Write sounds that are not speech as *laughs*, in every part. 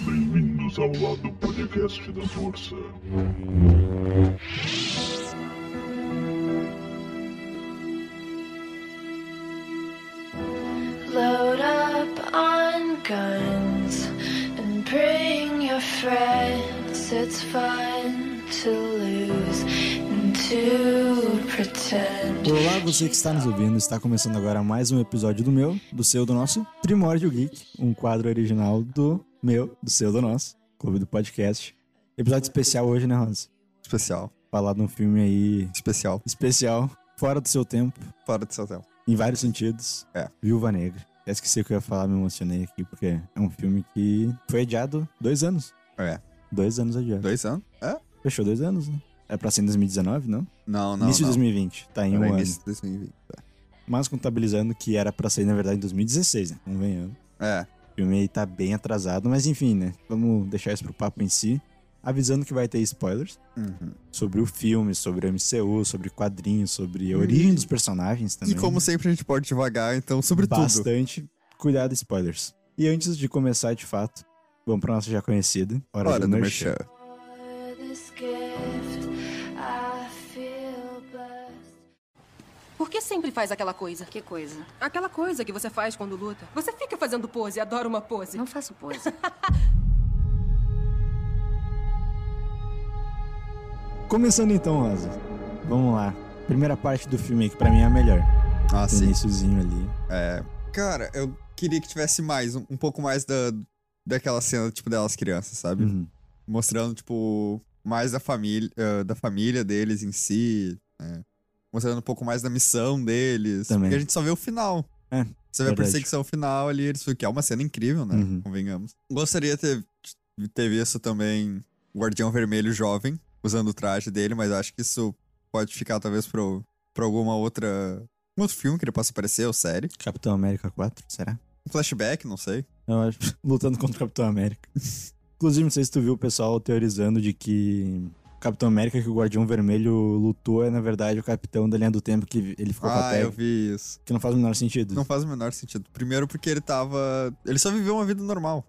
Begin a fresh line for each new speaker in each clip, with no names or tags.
Bem-vindos ao lado podcast da força.
Load up on guns and bring your friends. It's fun to lose and to pretend.
Olá, você que está nos ouvindo, está começando agora mais um episódio do meu, do seu, do nosso Primórdio Geek, um quadro original do meu, do seu, do nosso, Clube do Podcast. Episódio especial hoje, né, Rosa?
Especial.
Falar de um filme aí
Especial.
especial, fora do seu tempo,
Fora do seu tempo.
em vários sentidos.
É.
Viúva Negra. Eu esqueci o que eu ia falar, me emocionei aqui, porque é um filme que foi adiado dois anos.
É.
Dois anos adiado.
Dois anos? É?
Fechou dois anos, né? É pra ser em 2019, não?
Não, não.
início
não.
de 2020, tá em um
Era
ano.
início de 2020.
Mas contabilizando que era pra sair, na verdade, em 2016, né? Convenhamos.
É.
O filme aí tá bem atrasado, mas enfim, né? Vamos deixar isso pro papo em si. Avisando que vai ter spoilers
Uhum.
sobre o filme, sobre o MCU, sobre quadrinhos, sobre a origem dos personagens também.
Uhum. E como sempre, a gente pode devagar, então, sobre tudo.
Bastante cuidado, spoilers. E antes de começar de fato, vamos pra nossa já conhecida. Hora,
Hora
do,
do
merchan.
merchan.
For this gift, I feel blessed.
Por que sempre faz aquela coisa?
Que coisa.
Aquela coisa que você faz quando luta. Você fica fazendo pose, adora uma pose.
Não faço pose.
Começando então, Rosa. Vamos lá. Primeira parte do filme aí, que pra mim é a melhor.
Ah,
O
sim.
iniciozinho ali.
É. Cara, eu queria que tivesse mais, um, um pouco mais da, daquela cena, tipo, delas crianças, sabe?
Uhum.
Mostrando, tipo, mais da família, eh, da família deles em si, né? Mostrando um pouco mais da missão deles.
Também.
Porque a gente só vê o final.
É,
Você vê a
verdade.
perseguição final ali, eles que é uma cena incrível, né?
Uhum.
Convenhamos. Gostaria de ter, de ter visto também o Guardião Vermelho jovem, usando o traje dele, mas acho que isso pode ficar talvez pro, pra alguma outra... Um outro filme que ele possa aparecer, ou série.
Capitão América 4, será?
Um flashback, não sei.
Eu *laughs* acho, lutando contra o Capitão América. *laughs* Inclusive, não sei se tu viu o pessoal teorizando de que o Capitão América que o Guardião Vermelho lutou é, na verdade, o Capitão da linha do tempo que ele ficou com a
Ah, eu
Peg,
vi isso.
que não faz o menor sentido.
Não faz o menor sentido. Primeiro porque ele tava... Ele só viveu uma vida normal.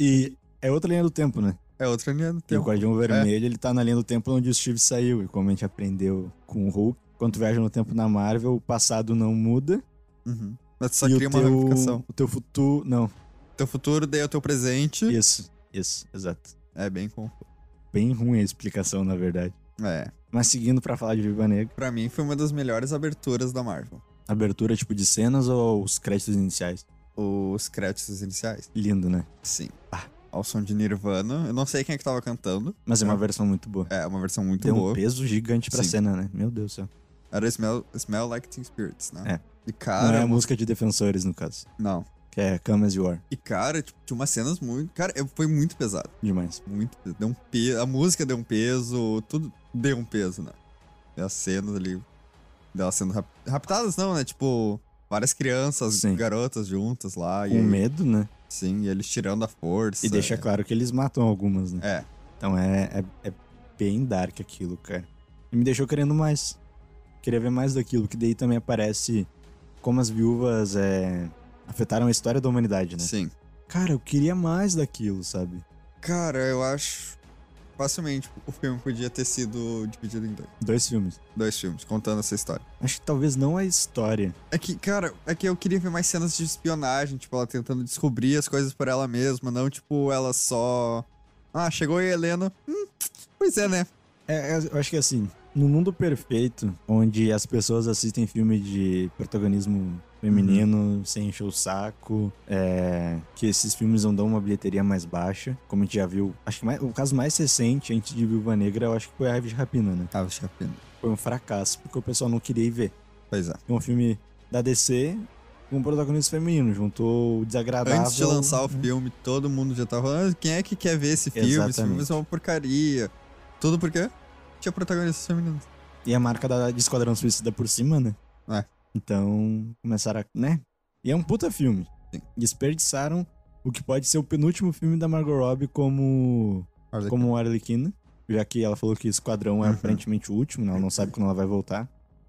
E é outra linha do tempo, né?
É outra linha
E
do
o
tempo. é.
Guardião Vermelho, ele tá na linha do tempo onde o Steve saiu, e como a gente aprendeu com o Hulk, quando tu viaja no tempo na Marvel, o passado não muda.
Uhum. Mas só
e
cria
o
uma
teu,
ramificação.
O teu futuro... Não,
Teu futuro, daí é o teu presente.
isso, isso, exato.
É bem confuso.
Bem ruim a explicação, na verdade.
É.
Mas seguindo pra falar de Viva Negra,
Pra mim foi uma das melhores aberturas da Marvel.
Abertura, tipo, de cenas ou os créditos iniciais?
Os créditos iniciais.
Lindo, né?
Sim. Ah, Ao som de Nirvana. Eu não sei quem é que tava cantando.
Mas é uma
É.
versão muito boa.
É, uma versão muito
Tem um
boa.
peso gigante pra
Sim.
cena, né? Meu Deus do céu.
Era Smell, Smell Like Teen Spirits, né? É.
Não
E
é
cara.
a música de Defensores, no caso.
Não.
Que é Come As You Are.
E cara, tipo, tinha umas cenas muito. Cara, eu- foi muito pesado.
Demais.
Muito pesado. Deu um peso. A música deu um peso. Tudo deu um peso, né? E as cenas ali. Delas sendo rap- raptadas, não, né? Tipo, várias crianças,
Sim.
garotas juntas lá. e
Com medo, né?
Sim, e eles tirando a força.
E deixa claro que eles matam algumas, né?
É.
Então é, é, é bem dark aquilo, cara. E me deixou querendo mais. Queria ver mais daquilo, que daí também aparece como as viúvas é, afetaram a história da humanidade, né?
Sim.
Cara, eu queria mais daquilo, sabe?
Cara, eu acho. Facilmente o filme podia ter sido dividido em dois,
Dois filmes.
dois filmes, contando essa história.
Acho que talvez não a história,
É que, cara, é que eu queria ver mais cenas de espionagem, tipo, ela tentando descobrir as coisas por ela mesma, não, tipo, ela só. Ah, chegou a Helena. Hum, pois é, né?
É, é, eu acho que assim, no mundo perfeito, onde as pessoas assistem filme de protagonismo feminino
Uhum.
sem encher o saco, é, que esses filmes não dão uma bilheteria mais baixa, como a gente já viu. Acho que mais- o caso mais recente, antes de Viúva Negra, eu acho que foi a Ave de Rapina, né?
Ah, acho que
Foi um fracasso, porque o pessoal não queria ir ver.
Pois é.
É um filme da DC com um protagonista feminino, juntou o desagradável...
Antes de lançar o filme, todo mundo já tava falando, "Ah, quem é que quer ver esse filme? Esse filme
Exatamente.
é uma porcaria. Tudo porque tinha protagonistas femininos.
E a marca da, de Esquadrão Suicida por cima, né?
É.
Então, começaram a. né? E é um puta filme.
Sim.
Desperdiçaram o que pode ser o penúltimo filme da Margot Robbie como.
Olha
como Arlequina. Já que ela falou que Esquadrão é
Uhum.
aparentemente o último, né? Ela não sabe quando ela vai voltar.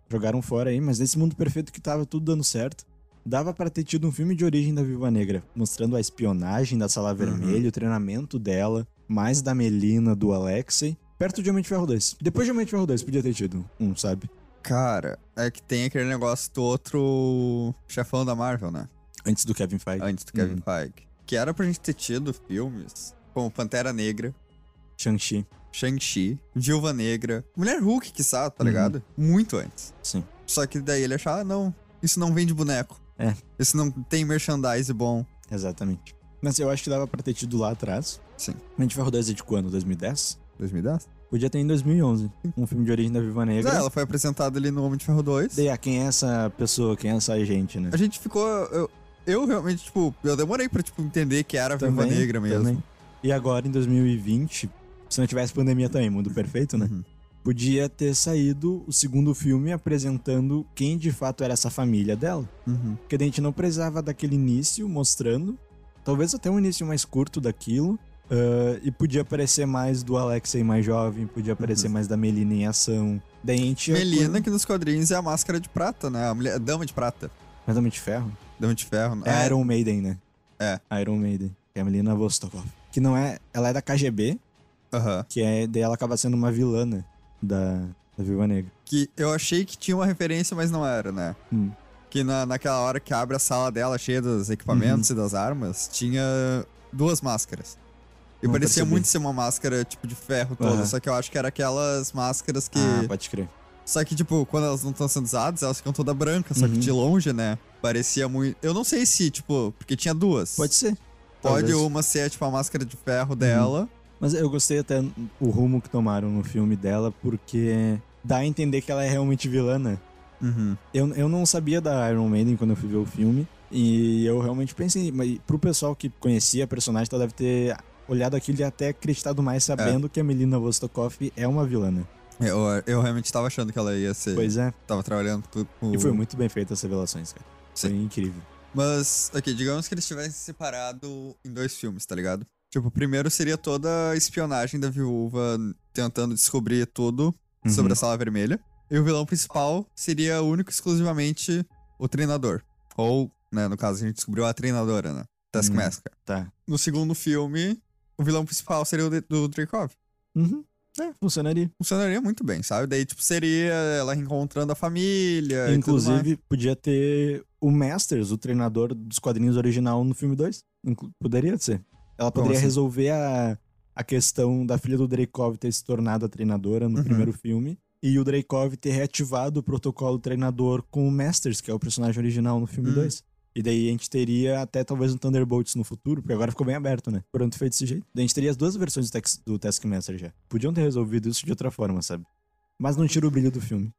Jogaram fora aí, mas nesse mundo perfeito que tava tudo dando certo. Dava pra ter tido um filme de origem da Viúva Negra, mostrando a espionagem da Sala Vermelha, o treinamento dela, mais da Melina, do Alexei, perto de Homem de Ferro 2. Depois de Homem de Ferro 2, podia ter tido um, sabe?
Cara, é que tem aquele negócio do outro chefão da Marvel, né?
Antes do Kevin Feige.
Antes do Kevin Feige. Que era pra gente ter tido filmes como Pantera Negra,
Shang-Chi,
Shang-Chi, Viúva Negra, Mulher Hulk, quiçá, tá
Uhum.
ligado? Muito antes.
sim.
Só que daí ele achava, ah, não, isso não vende boneco.
É.
Isso não tem merchandise bom.
Exatamente. Mas eu acho que dava pra ter tido lá atrás.
Sim.
Homem de Ferro 2 é de quando? 2010?
2010?
Podia ter em 2011. Um filme de origem da Viva
Mas
Negra.
é, ela foi apresentada ali no Homem de Ferro 2.
Daí, ah, quem é essa pessoa? Quem é essa gente, né?
A gente ficou. Eu, eu realmente, tipo, eu demorei pra tipo, entender que era a Viúva
Também,
Negra mesmo.
também. E agora, em 2020, se não tivesse pandemia também, mundo perfeito, né?
Uhum.
Podia ter saído o segundo filme apresentando quem de fato era essa família dela.
Uhum.
Porque daí a gente não precisava daquele início mostrando. Talvez até um início mais curto daquilo. ah, e podia aparecer mais do Alexei mais jovem, podia aparecer mais da Melina em ação. Daí a gente. ia-
Uhum. Melina, que nos quadrinhos é a máscara de prata, né? A mulher, a dama de prata.
Mas Homem de Ferro?
Dama de ferro. né?
É Iron Maiden, né?
É.
Iron Maiden. Que é a Melina Vostokov. Que não é. Ela é da KGB,
Aham.
que é. Daí ela acaba sendo uma vilã, né? Da, da Viúva Negra.
Que eu achei que tinha uma referência, mas não era, né?
Hum.
Que na, naquela hora que abre a sala dela cheia dos equipamentos
Uhum.
e das armas, tinha duas máscaras. E
Não
parecia
percebi.
muito ser uma máscara, tipo, de ferro toda,
Aham.
só que eu acho que era aquelas máscaras que.
Ah, pode crer.
Só que, tipo, quando elas não estão sendo usadas, elas ficam toda branca, só que
Uhum.
de longe, né? Parecia muito. Eu não sei se, tipo, porque tinha duas.
Pode ser.
Pode
talvez.
uma ser, tipo, a máscara de ferro dela.
Mas eu gostei até o rumo que tomaram no filme dela, porque dá a entender que ela é realmente vilã, né?
Uhum.
Eu, eu não sabia da Iron Maiden quando eu fui ver o filme. E eu realmente pensei, mas pro pessoal que conhecia a personagem, ela deve ter olhado aquilo e até acreditado mais
É.
sabendo que a Melina Vostokov é uma vilã, né?
Eu, eu realmente tava achando que ela ia ser.
Pois é.
Tava trabalhando com. com-
E foi muito bem feita as revelações, cara. Foi incrível.
Mas, ok, digamos que eles tivessem separado em dois filmes, tá ligado? Tipo, o primeiro seria toda a espionagem da viúva tentando descobrir tudo sobre a Sala Vermelha. E o vilão principal seria único e exclusivamente o treinador. Ou, né, no caso, a gente descobriu a treinadora, né? Taskmaster.
Tá.
No segundo filme, o vilão principal seria o de- do Dreykov.
Uhum. É, funcionaria.
Funcionaria muito bem, sabe? Daí, tipo, seria ela reencontrando a família. É, e tudo mais.
Inclusive, podia ter o Masters, o treinador dos quadrinhos original no filme 2. Inclu- Poderia ser. Ela poderia
assim?
resolver a, a questão da filha do Dreykov ter se tornado a treinadora no
Uhum.
primeiro filme. E o Dreykov ter reativado o protocolo treinador com o Masters, que é o personagem original no filme
Hum.
2. E daí a gente teria até talvez um Thunderbolts no futuro, porque agora ficou bem aberto, né? Pronto, feito desse jeito. Daí a gente teria as duas versões do, Tex- do Taskmaster já. Podiam ter resolvido isso de outra forma, sabe? Mas não tira o brilho do filme.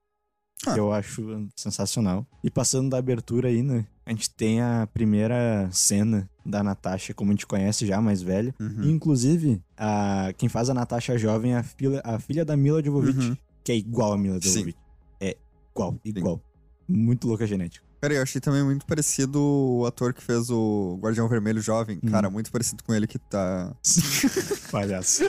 Ah.
Que eu acho sensacional. E passando da abertura aí, né? A gente tem a primeira cena da Natasha, como a gente conhece já, mais velha.
Uhum.
E, inclusive, a, quem faz a Natasha jovem é a filha, a filha da Mila Jovovich,
Uhum.
que é igual a Mila
Sim.
Jovovich. É igual, igual. Muito louca a genética.
Cara, eu achei também muito parecido o ator que fez o Guardião Vermelho jovem.
Hum.
Cara, muito parecido com ele que tá. *laughs*
Palhaço.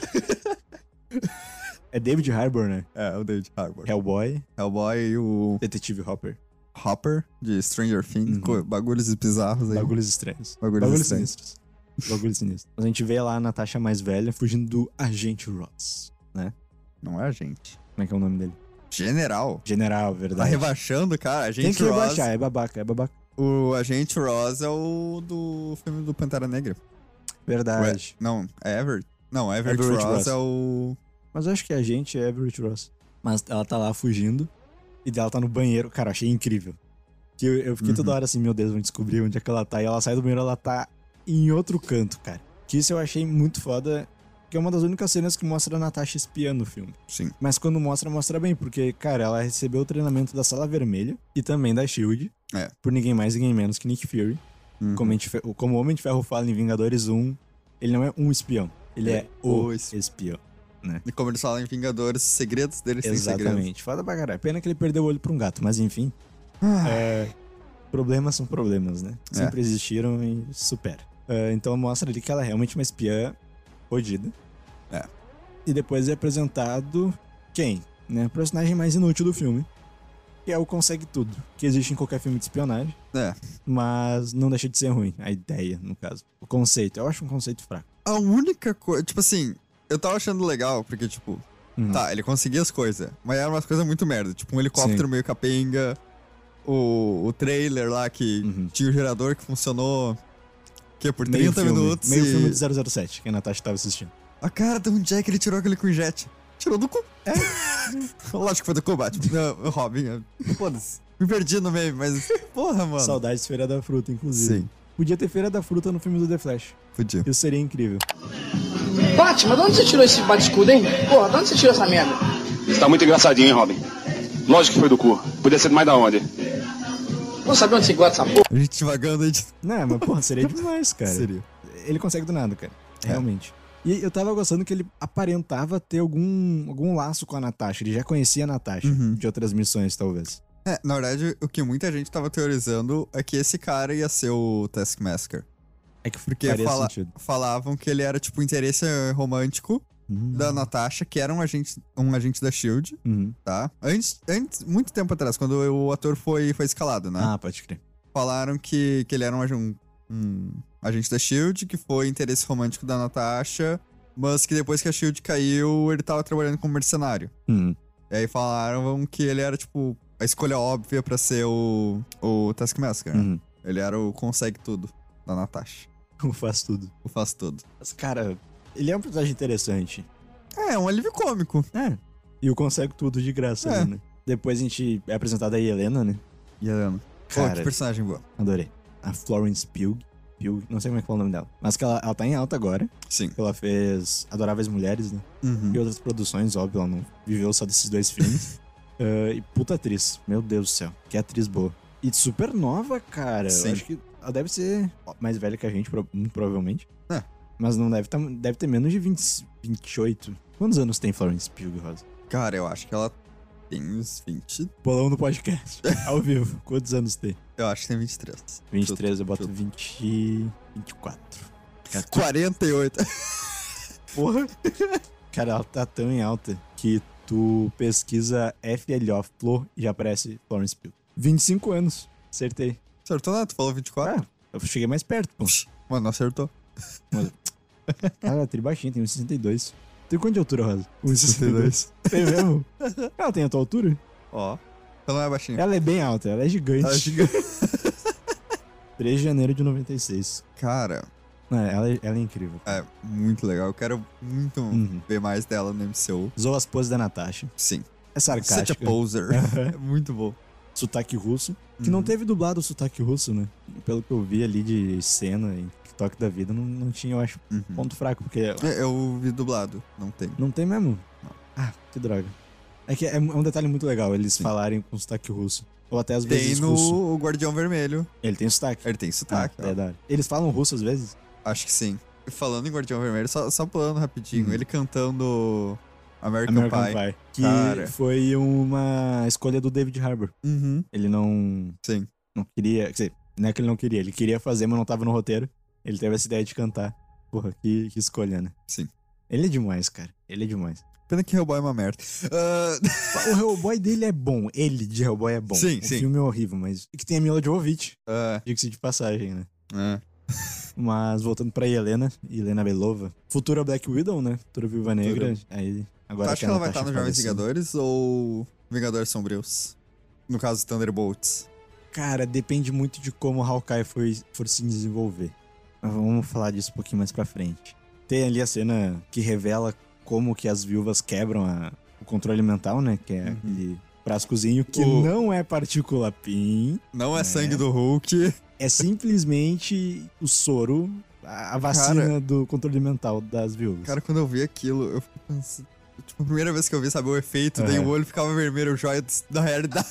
é David Harbour, né?
É, o David Harbour.
Hellboy,
Hellboy e o
Detetive Hopper.
Hopper de Stranger Things.
Uhum.
co- Bagulhos bizarros aí.
Bagulhos estranhos.
Bagulhos
Bagulhos
estranhos.
sinistros. Bagulhos sinistros. Mas a gente vê lá a Natasha mais velha fugindo do Agente Ross.
Não é a gente.
Como é que é o nome dele?
General.
General,
Tá
verdade.
rebaixando, cara.
Tem
Agente
que
Ross.
rebaixar, é babaca, é babaca.
O Agente Ross é o do filme do Pantera Negra.
Verdade.
Ué, Não, é Everett. Não, Everett,
Everett
Ross,
Ross.
é o.
Mas eu acho que a gente é Everett Ross. Mas ela tá lá fugindo e dela tá no banheiro. Cara, eu achei incrível. Que eu, eu fiquei toda hora assim, meu Deus, vão descobrir onde é que ela tá. E ela sai do banheiro, ela tá em outro canto, cara. Que isso eu achei muito foda. Que é uma das únicas cenas que mostra a Natasha espiando o filme.
Sim.
Mas quando mostra, mostra bem, porque, cara, ela recebeu o treinamento da Sala Vermelha e também da Shield.
É.
Por ninguém mais, ninguém menos que Nick Fury.
Uhum.
Como, a gente fe- como o Homem de Ferro fala em Vingadores 1, ele não é um espião. Ele é, o
o es-
espião.
E como eles falam em Vingadores, os segredos deles têm segredos.
Exatamente. Foda pra caralho. Pena que ele perdeu o olho pra um gato, mas enfim. É, problemas são problemas, né?
Ah. É.
Sempre existiram e supera. É, então mostra ali que ela é realmente uma espiã fodida.
É.
E depois é apresentado quem? Né? O personagem mais inútil do filme. que é o consegue tudo, que existe em qualquer filme de espionagem,
É.
mas não deixa de ser ruim, a ideia, no caso. O conceito, eu acho um conceito fraco.
A única coisa. Tipo assim, eu tava achando legal, porque, tipo.
Hum.
Tá, ele conseguia as coisas, mas eram umas coisas muito merda. Tipo, um helicóptero
Sim.
meio capenga, o, o trailer lá que
Uhum.
tinha o gerador que funcionou. Que é por 30
Meio filme,
minutos.
Meio
e...
filme de 007, que a Natasha tava assistindo.
A cara de onde é que ele tirou aquele com jet? Tirou do cu.
É.
*laughs* Lógico que foi do
*laughs*
cu, Batman. Não, Robin. é- Foda-se. Me perdi no meme, mas. Porra, mano.
Saudades Feira da Fruta, inclusive.
Sim,
Podia ter Feira da Fruta no filme do The Flash.
podia.
Isso seria incrível.
Batman, de onde você tirou esse bate-escudo, hein? Porra, de onde você tirou essa merda?
Tá muito engraçadinho, hein, Robin? Lógico que foi do cu. Podia ser mais da onde.
Vou saber onde você guarda essa porra.
A gente vagando, a gente.
Não, Né, mas porra,
*laughs*
seria demais, cara.
Seria.
Ele consegue do nada, cara.
É.
Realmente. E eu tava gostando que ele aparentava ter algum, algum laço com a Natasha. Ele já conhecia a Natasha
Uhum.
de outras missões, talvez.
É, na verdade, o que muita gente tava teorizando é que esse cara ia ser o Taskmaster.
É que
Porque
faria
fala-
sentido.
falavam que ele era, tipo, interesse romântico
Hum,
da Natasha, que era um agente, um agente da Shield,
hum.
tá? Antes, antes, muito tempo atrás, quando o ator foi, foi escalado, né?
Ah, pode crer.
falaram que, que ele era um, ag- um- um agente da Shield, que foi interesse romântico da Natasha, mas que depois que a Shield caiu, ele tava trabalhando como mercenário.
Hum.
E aí falaram que ele era, tipo, a escolha óbvia pra ser o, o Taskmaster. né?
Uhum.
Ele era o consegue tudo da Natasha.
Eu faço tudo.
O faz tudo.
Mas, cara, ele é um personagem interessante.
É, é um alívio cômico.
É. E o consegue tudo de graça,
É.
né? Depois a gente é apresentado a Helena, né?
E a Helena? Pô,
Cara.
que personagem boa.
Adorei. A Florence Pugh. Pugh, não sei como é que fala o nome dela. Mas que ela, ela tá em alta agora.
Sim.
Ela fez Adoráveis Mulheres, né?
Uhum.
E outras produções, óbvio, ela não viveu só desses dois
*laughs*
filmes. Ah, e puta atriz. Meu Deus do céu. Que atriz boa. E super nova, cara.
Sim.
Eu acho que ela deve ser mais velha que a gente, pro- muito provavelmente.
É.
Mas não deve, tá, deve ter menos de 20, 28. Quantos anos tem Florence Pugh, Rosa?
Cara, eu acho que ela tem uns 20.
Bolão no
*laughs*
podcast. ao vivo. Quantos anos tem?
Eu acho que tem 23.
23, eu boto
Chuta.
20. 24.
48.
Porra! *laughs* Cara, ela tá tão em alta que tu pesquisa FLO Flor e já aparece Florence Pugh. 25 anos. Acertei.
*laughs* Acertou nada? Tu falou 24?
Ah, eu cheguei mais perto, pô.
Mano, não acertou.
Cara, ela é baixinha, tem 1,62. Tem quanto de altura, Rosa? 1,62. Tem É mesmo? *laughs* Ela tem a tua altura?
Ó. Ela não é baixinha.
Ela é bem alta, ela é gigante.
Ela é gigante.
3 de janeiro de 96.
Cara,
Não, ela, é- ela é incrível.
é muito legal. Eu quero muito
Uhum.
ver mais dela no MCU.
Zoa as poses da Natasha.
Sim.
É
Such a
sarcástica. *laughs*
poser. *laughs* é muito bom.
sotaque russo. Que não teve dublado o sotaque russo, né? Uhum. Pelo que eu vi ali de cena em TikTok da vida, não, não tinha, eu acho,
Uhum.
ponto fraco, porque
É, Eu vi dublado. Não tem.
não tem mesmo. Ah, que droga. É que é um detalhe muito legal eles falarem com sotaque russo. Ou até às
Tem
vezes
no
russo.
o Guardião Vermelho.
Ele tem sotaque.
Ele tem
Ah,
sotaque. ó.
é da hora. Eles falam russo às vezes?
Acho que sim. E Falando em Guardião Vermelho, só, só pulando rapidinho.
Uhum.
Ele cantando American,
American
Pie.
Pie. Que
Cara.
foi uma escolha do David Harbour.
Uhum.
Ele não
Sim.
não queria. Quer dizer, não é que ele não queria, ele queria fazer, mas não tava no roteiro. Ele teve essa ideia de cantar. Porra, que, que escolha, né?
Sim.
Ele é demais, cara. Ele é demais.
Pena que Hellboy é uma merda. Ah, *laughs*
O Hellboy dele é bom. Ele de Hellboy é bom.
Sim,
o
sim.
filme é horrível, mas. E que tem a Mila Jovovich,
ah,
diga-se de passagem, né?
ah.
Mas voltando pra Helena, Helena Belova. Futura Black Widow, né? Futura Viúva Negra. Aí,
Tu
agora
acha que ela vai
Natasha
estar nos Jovens
faleceu.
Vingadores ou Vingadores Sombrios? No caso, Thunderbolts.
Cara, depende muito de como o Hawkeye foi, for se desenvolver. Mas vamos falar disso um pouquinho mais pra frente. Tem ali a cena que revela como que as viúvas quebram a- o controle mental, né? Que é aquele frascozinho que
O-
não é partícula PIN,
Não é
né?
sangue do Hulk.
é simplesmente o soro, a, a vacina
Cara-
do controle mental das viúvas.
Cara, quando eu vi aquilo, eu fiquei pensando. Tipo, a primeira vez que eu vi, sabe, o efeito,
É.
daí o olho ficava vermelho, o joia da realidade.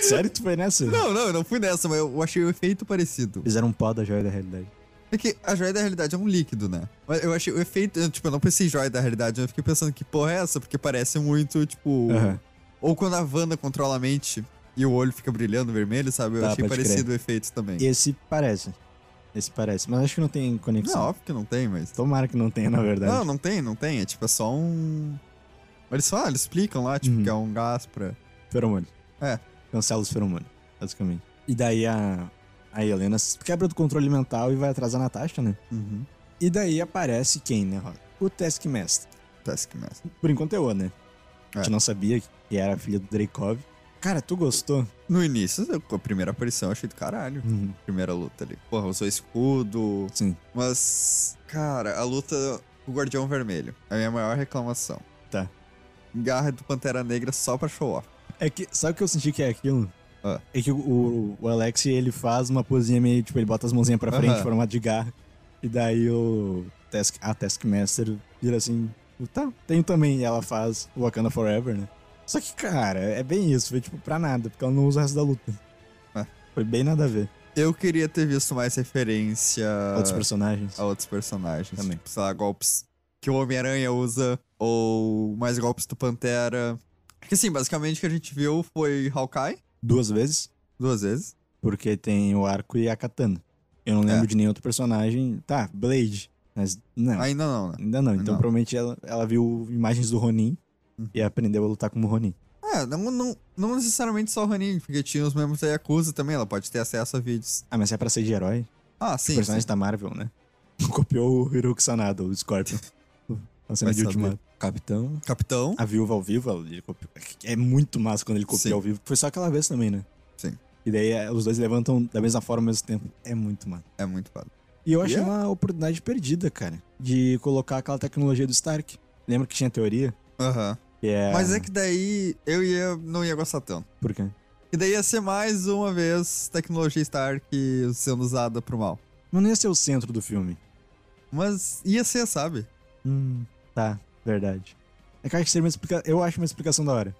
Sério que tu foi nessa?
Não, não, eu não fui nessa, mas eu achei o efeito parecido.
Fizeram um pau da joia da realidade.
É que a joia da realidade é um líquido, né? Mas eu achei o efeito. eu, tipo, eu não pensei em joia da realidade, eu fiquei pensando que porra é essa, porque parece muito, tipo.
Aham.
Ou quando a Wanda controla a mente e o olho fica brilhando vermelho, sabe? Eu
Tá,
achei
pode crer.
parecido o efeito também.
Esse parece. Esse parece. Mas acho que não tem conexão.
Não, óbvio que não tem, mas.
Tomara que não tenha, na verdade.
Não, não tem, não tem. É tipo, é só um. Eles falam, eles explicam lá, tipo,
Uhum.
que é um gás pra.
Feromônio.
É.
cancela os feromônios, basicamente. E daí a, a Helena se quebra do controle mental e vai atrás da Natasha, né?
Uhum.
E daí aparece quem, né, Roda? O Taskmaster.
Taskmaster.
Por enquanto é o, né? A gente
É.
não sabia que era a filha do Dreykov. Cara, tu gostou?
No início, com a primeira aparição, eu achei do caralho.
Uhum.
Primeira luta ali. Porra, usou escudo.
Sim.
Mas, cara, a luta do Guardião Vermelho. É a minha maior reclamação.
Tá.
Garra do Pantera Negra só pra show off.
É que, sabe o que eu senti que é aquilo?
Ah.
É que o, o, o Alex, ele faz uma posinha meio, tipo, ele bota as mãozinhas pra frente,
Aham.
formato de garra. E daí o task, a Taskmaster vira assim, tá, tenho também. E ela faz o Wakanda Forever, né? Só que, cara, é bem isso. Foi, tipo, pra nada, porque ela não usa o resto da luta.
Ah.
Foi bem nada a ver.
Eu queria ter visto mais referência
Outros personagens.
a outros personagens.
Também.
Tipo, sei lá, golpes que o Homem-Aranha usa, ou mais golpes do Pantera. Porque, assim, basicamente o que a gente viu foi Hawkeye,
Duas vezes,
duas vezes.
porque tem o arco e a katana. Eu não lembro
É.
de nenhum outro personagem. Tá, Blade. Mas, não.
Ainda não, né?
Ainda não. Então
Não. Uhum.
provavelmente ela, ela viu imagens do Ronin e aprendeu a lutar como Ronin.
É, não, não, não necessariamente só o Ronin, porque tinha os membros da Yakuza também, ela pode ter acesso a vídeos.
Ah, mas é pra ser de herói?
Ah, sim.
personagem
sim.
da Marvel, né? *laughs* Copiou o Hiroki Sanada, o
*laughs*
Scorpion. Na cena
Vai
de
saber.
Ultimato. Capitão.
Capitão.
A Viúva ao vivo, ela- ele copiou. É muito massa quando ele copia
Sim.
ao vivo. Foi só aquela vez também, né?
Sim.
E daí eh, os dois levantam da mesma forma ao mesmo tempo. É muito massa.
É muito foda.
E eu achei
Yeah.
uma oportunidade perdida, cara. De colocar aquela tecnologia do Stark. Lembra que tinha teoria?
Aham.
Que é...
Mas é que daí eu ia, não ia gostar tanto.
Por quê?
E daí ia ser mais uma vez tecnologia Stark sendo usada pro mal.
Mas não ia ser o centro do filme.
Mas ia ser, sabe?
Hum, tá, verdade. É que eu acho que seria uma explica... eu acho uma explicação da hora.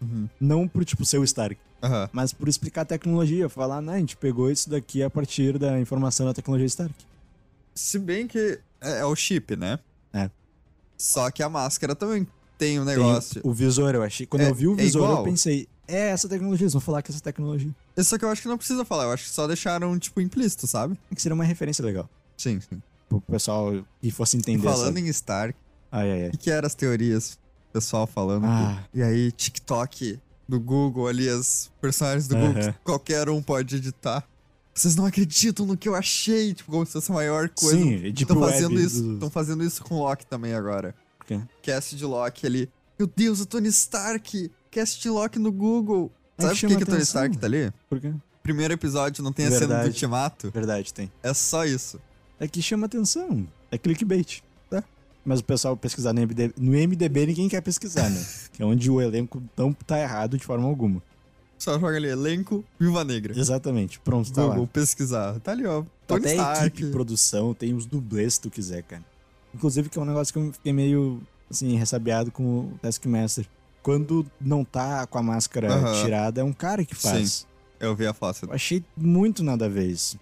Uhum.
Não por, tipo, ser o Stark,
Aham.
mas por explicar a tecnologia. Falar, né, a gente pegou isso daqui a partir da informação da tecnologia Stark.
Se bem que é, é o chip, né?
É.
Só que a máscara também tem um
Tem
negócio.
o visor, eu achei. Quando
É-
eu vi o
é
visor, eu
igual?
pensei, é essa tecnologia, eles vão falar que é essa tecnologia.
Só que eu acho que não precisa falar, eu acho que só deixaram, tipo, implícito, sabe?
É que seria uma referência legal.
Sim, sim.
Pro pessoal que fosse entender.
Falando
sabe?
em Stark,
Ai, ai, ai.
O que, que eram as teorias? O pessoal falando.
Ah.
E aí, TikTok do Google ali, as personagens do
Aham.
Google, que qualquer um pode editar. Vocês não acreditam no que eu achei, tipo, como se fosse a maior coisa.
Sim, é deep
Estão
web
fazendo isso,
do-
estão fazendo isso com Loki também agora.
quê?
Cast de Loki ali. Meu Deus, o Tony Stark! Cast de Loki no Google.
É
Sabe
que
por
chama
que, que o Tony
atenção.
Stark tá ali?
Por quê?
Primeiro episódio não tem a cena
Verdade.
do ultimato.
Verdade, tem.
É só isso.
É que chama atenção. É clickbait. tá?
É.
Mas o pessoal pesquisar no MDB, no MDB ninguém quer pesquisar,
*laughs*
né? que é onde o elenco não tá errado de forma alguma.
Só joga ali, elenco, Viva Negra.
Exatamente. Pronto, tá
Google,
lá.
pesquisar. Tá ali, ó.
Tá
Tony
até a
Stark.
equipe, produção, tem os dublês se tu quiser, cara. Inclusive que é um negócio que eu fiquei meio, assim, ressabiado com o Taskmaster. Quando não tá com a máscara
Aham.
tirada, é um cara que faz.
Eu vi a foto.
Eu achei muito nada a ver isso.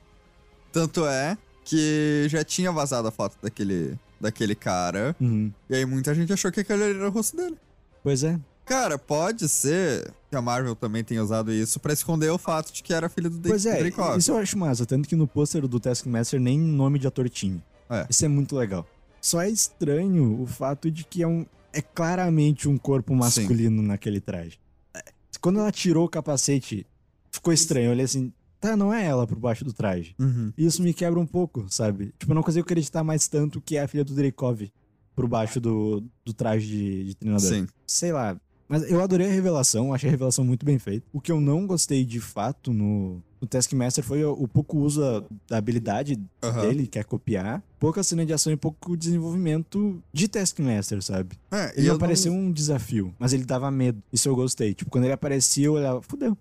Tanto é que já tinha vazado a foto daquele, daquele cara.
Uhum.
E aí muita gente achou que aquele era o rosto dele.
Pois é.
Cara, pode ser que a Marvel também tenha usado isso pra esconder o fato de que era filho do
Pois é,
Dreykov.
isso eu acho massa. Tanto que no pôster do Taskmaster nem nome de ator tinha.
É.
Isso é muito legal. Só é estranho o fato de que é, um, é claramente um corpo masculino naquele traje. É, Quando ela tirou o capacete, ficou estranho. Eu olhei assim, tá, não é ela por baixo do traje.
Uhum.
E isso me quebra um pouco, sabe? Tipo, eu não consigo acreditar mais tanto que é a filha do Dreykov por baixo do, do traje de, de treinador
Sim.
sei lá. Mas eu adorei a revelação, achei a revelação muito bem feita. O que eu não gostei de fato no, no Taskmaster foi o, o pouco uso da, da habilidade
Aham.
dele, que é copiar, pouca cena de ação e pouco desenvolvimento de Taskmaster, sabe?
É, e
Ele
eu
não
não-
parecia um desafio, mas ele dava medo. Isso eu gostei. Tipo, quando ele aparecia, eu olhava, fudeu.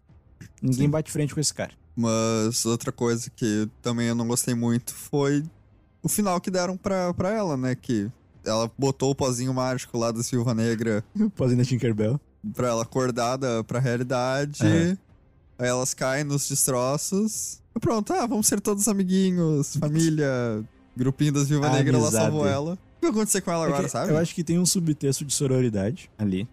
Ninguém bate frente com esse cara.
Mas outra coisa que também eu não gostei muito foi o final que deram pra, pra ela, né? Que ela botou o pozinho mágico lá da Silva Negra
Fazendo a Tinkerbell.
pra ela acordar da, pra realidade.
Aham.
Aí elas caem nos destroços. E pronto, ah, vamos ser todos amiguinhos, família, grupinho das
*laughs*
Viúva Negra, ela
Amizade.
salvou ela. O que vai acontecer com ela
É que
agora, sabe?
Eu acho que tem um subtexto de sororidade ali,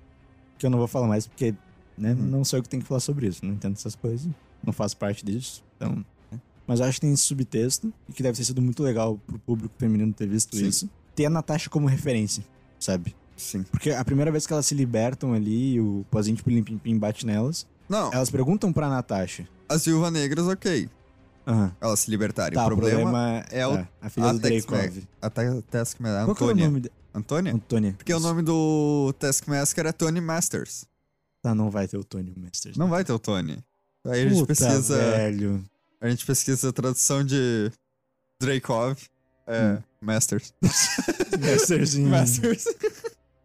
que eu não vou falar mais, porque né,
Hum.
não sei o que tem que falar sobre isso, não entendo essas coisas, não faço parte disso, então... né. Mas eu acho que tem esse subtexto, e que deve ter sido muito legal pro público feminino ter visto
Sim.
isso. Ter a Natasha como referência, sabe?
Sim.
Porque a primeira vez que elas se libertam ali, o pozinho tipo limpim bate nelas,
Não,
Elas perguntam pra Natasha.
as viúvas negras, ok.
Aham.
Elas se libertarem.
Tá,
o problema
é
é o-
a filha do
Tex-
Dreykov.
a Te- Taskmaster.
Qual que é o
Antônia.
nome dela?
Antônia?
Antônia.
Porque o nome do Taskmaster é Tony Masters.
Tá, não vai ter o Tony Masters.
Não vai ter o Tony. Aí a gente
Puta,
pesquisa.
velho.
A gente pesquisa a tradução de Dreykov. É.
Hum.
Masters.
Masters em...
Masters.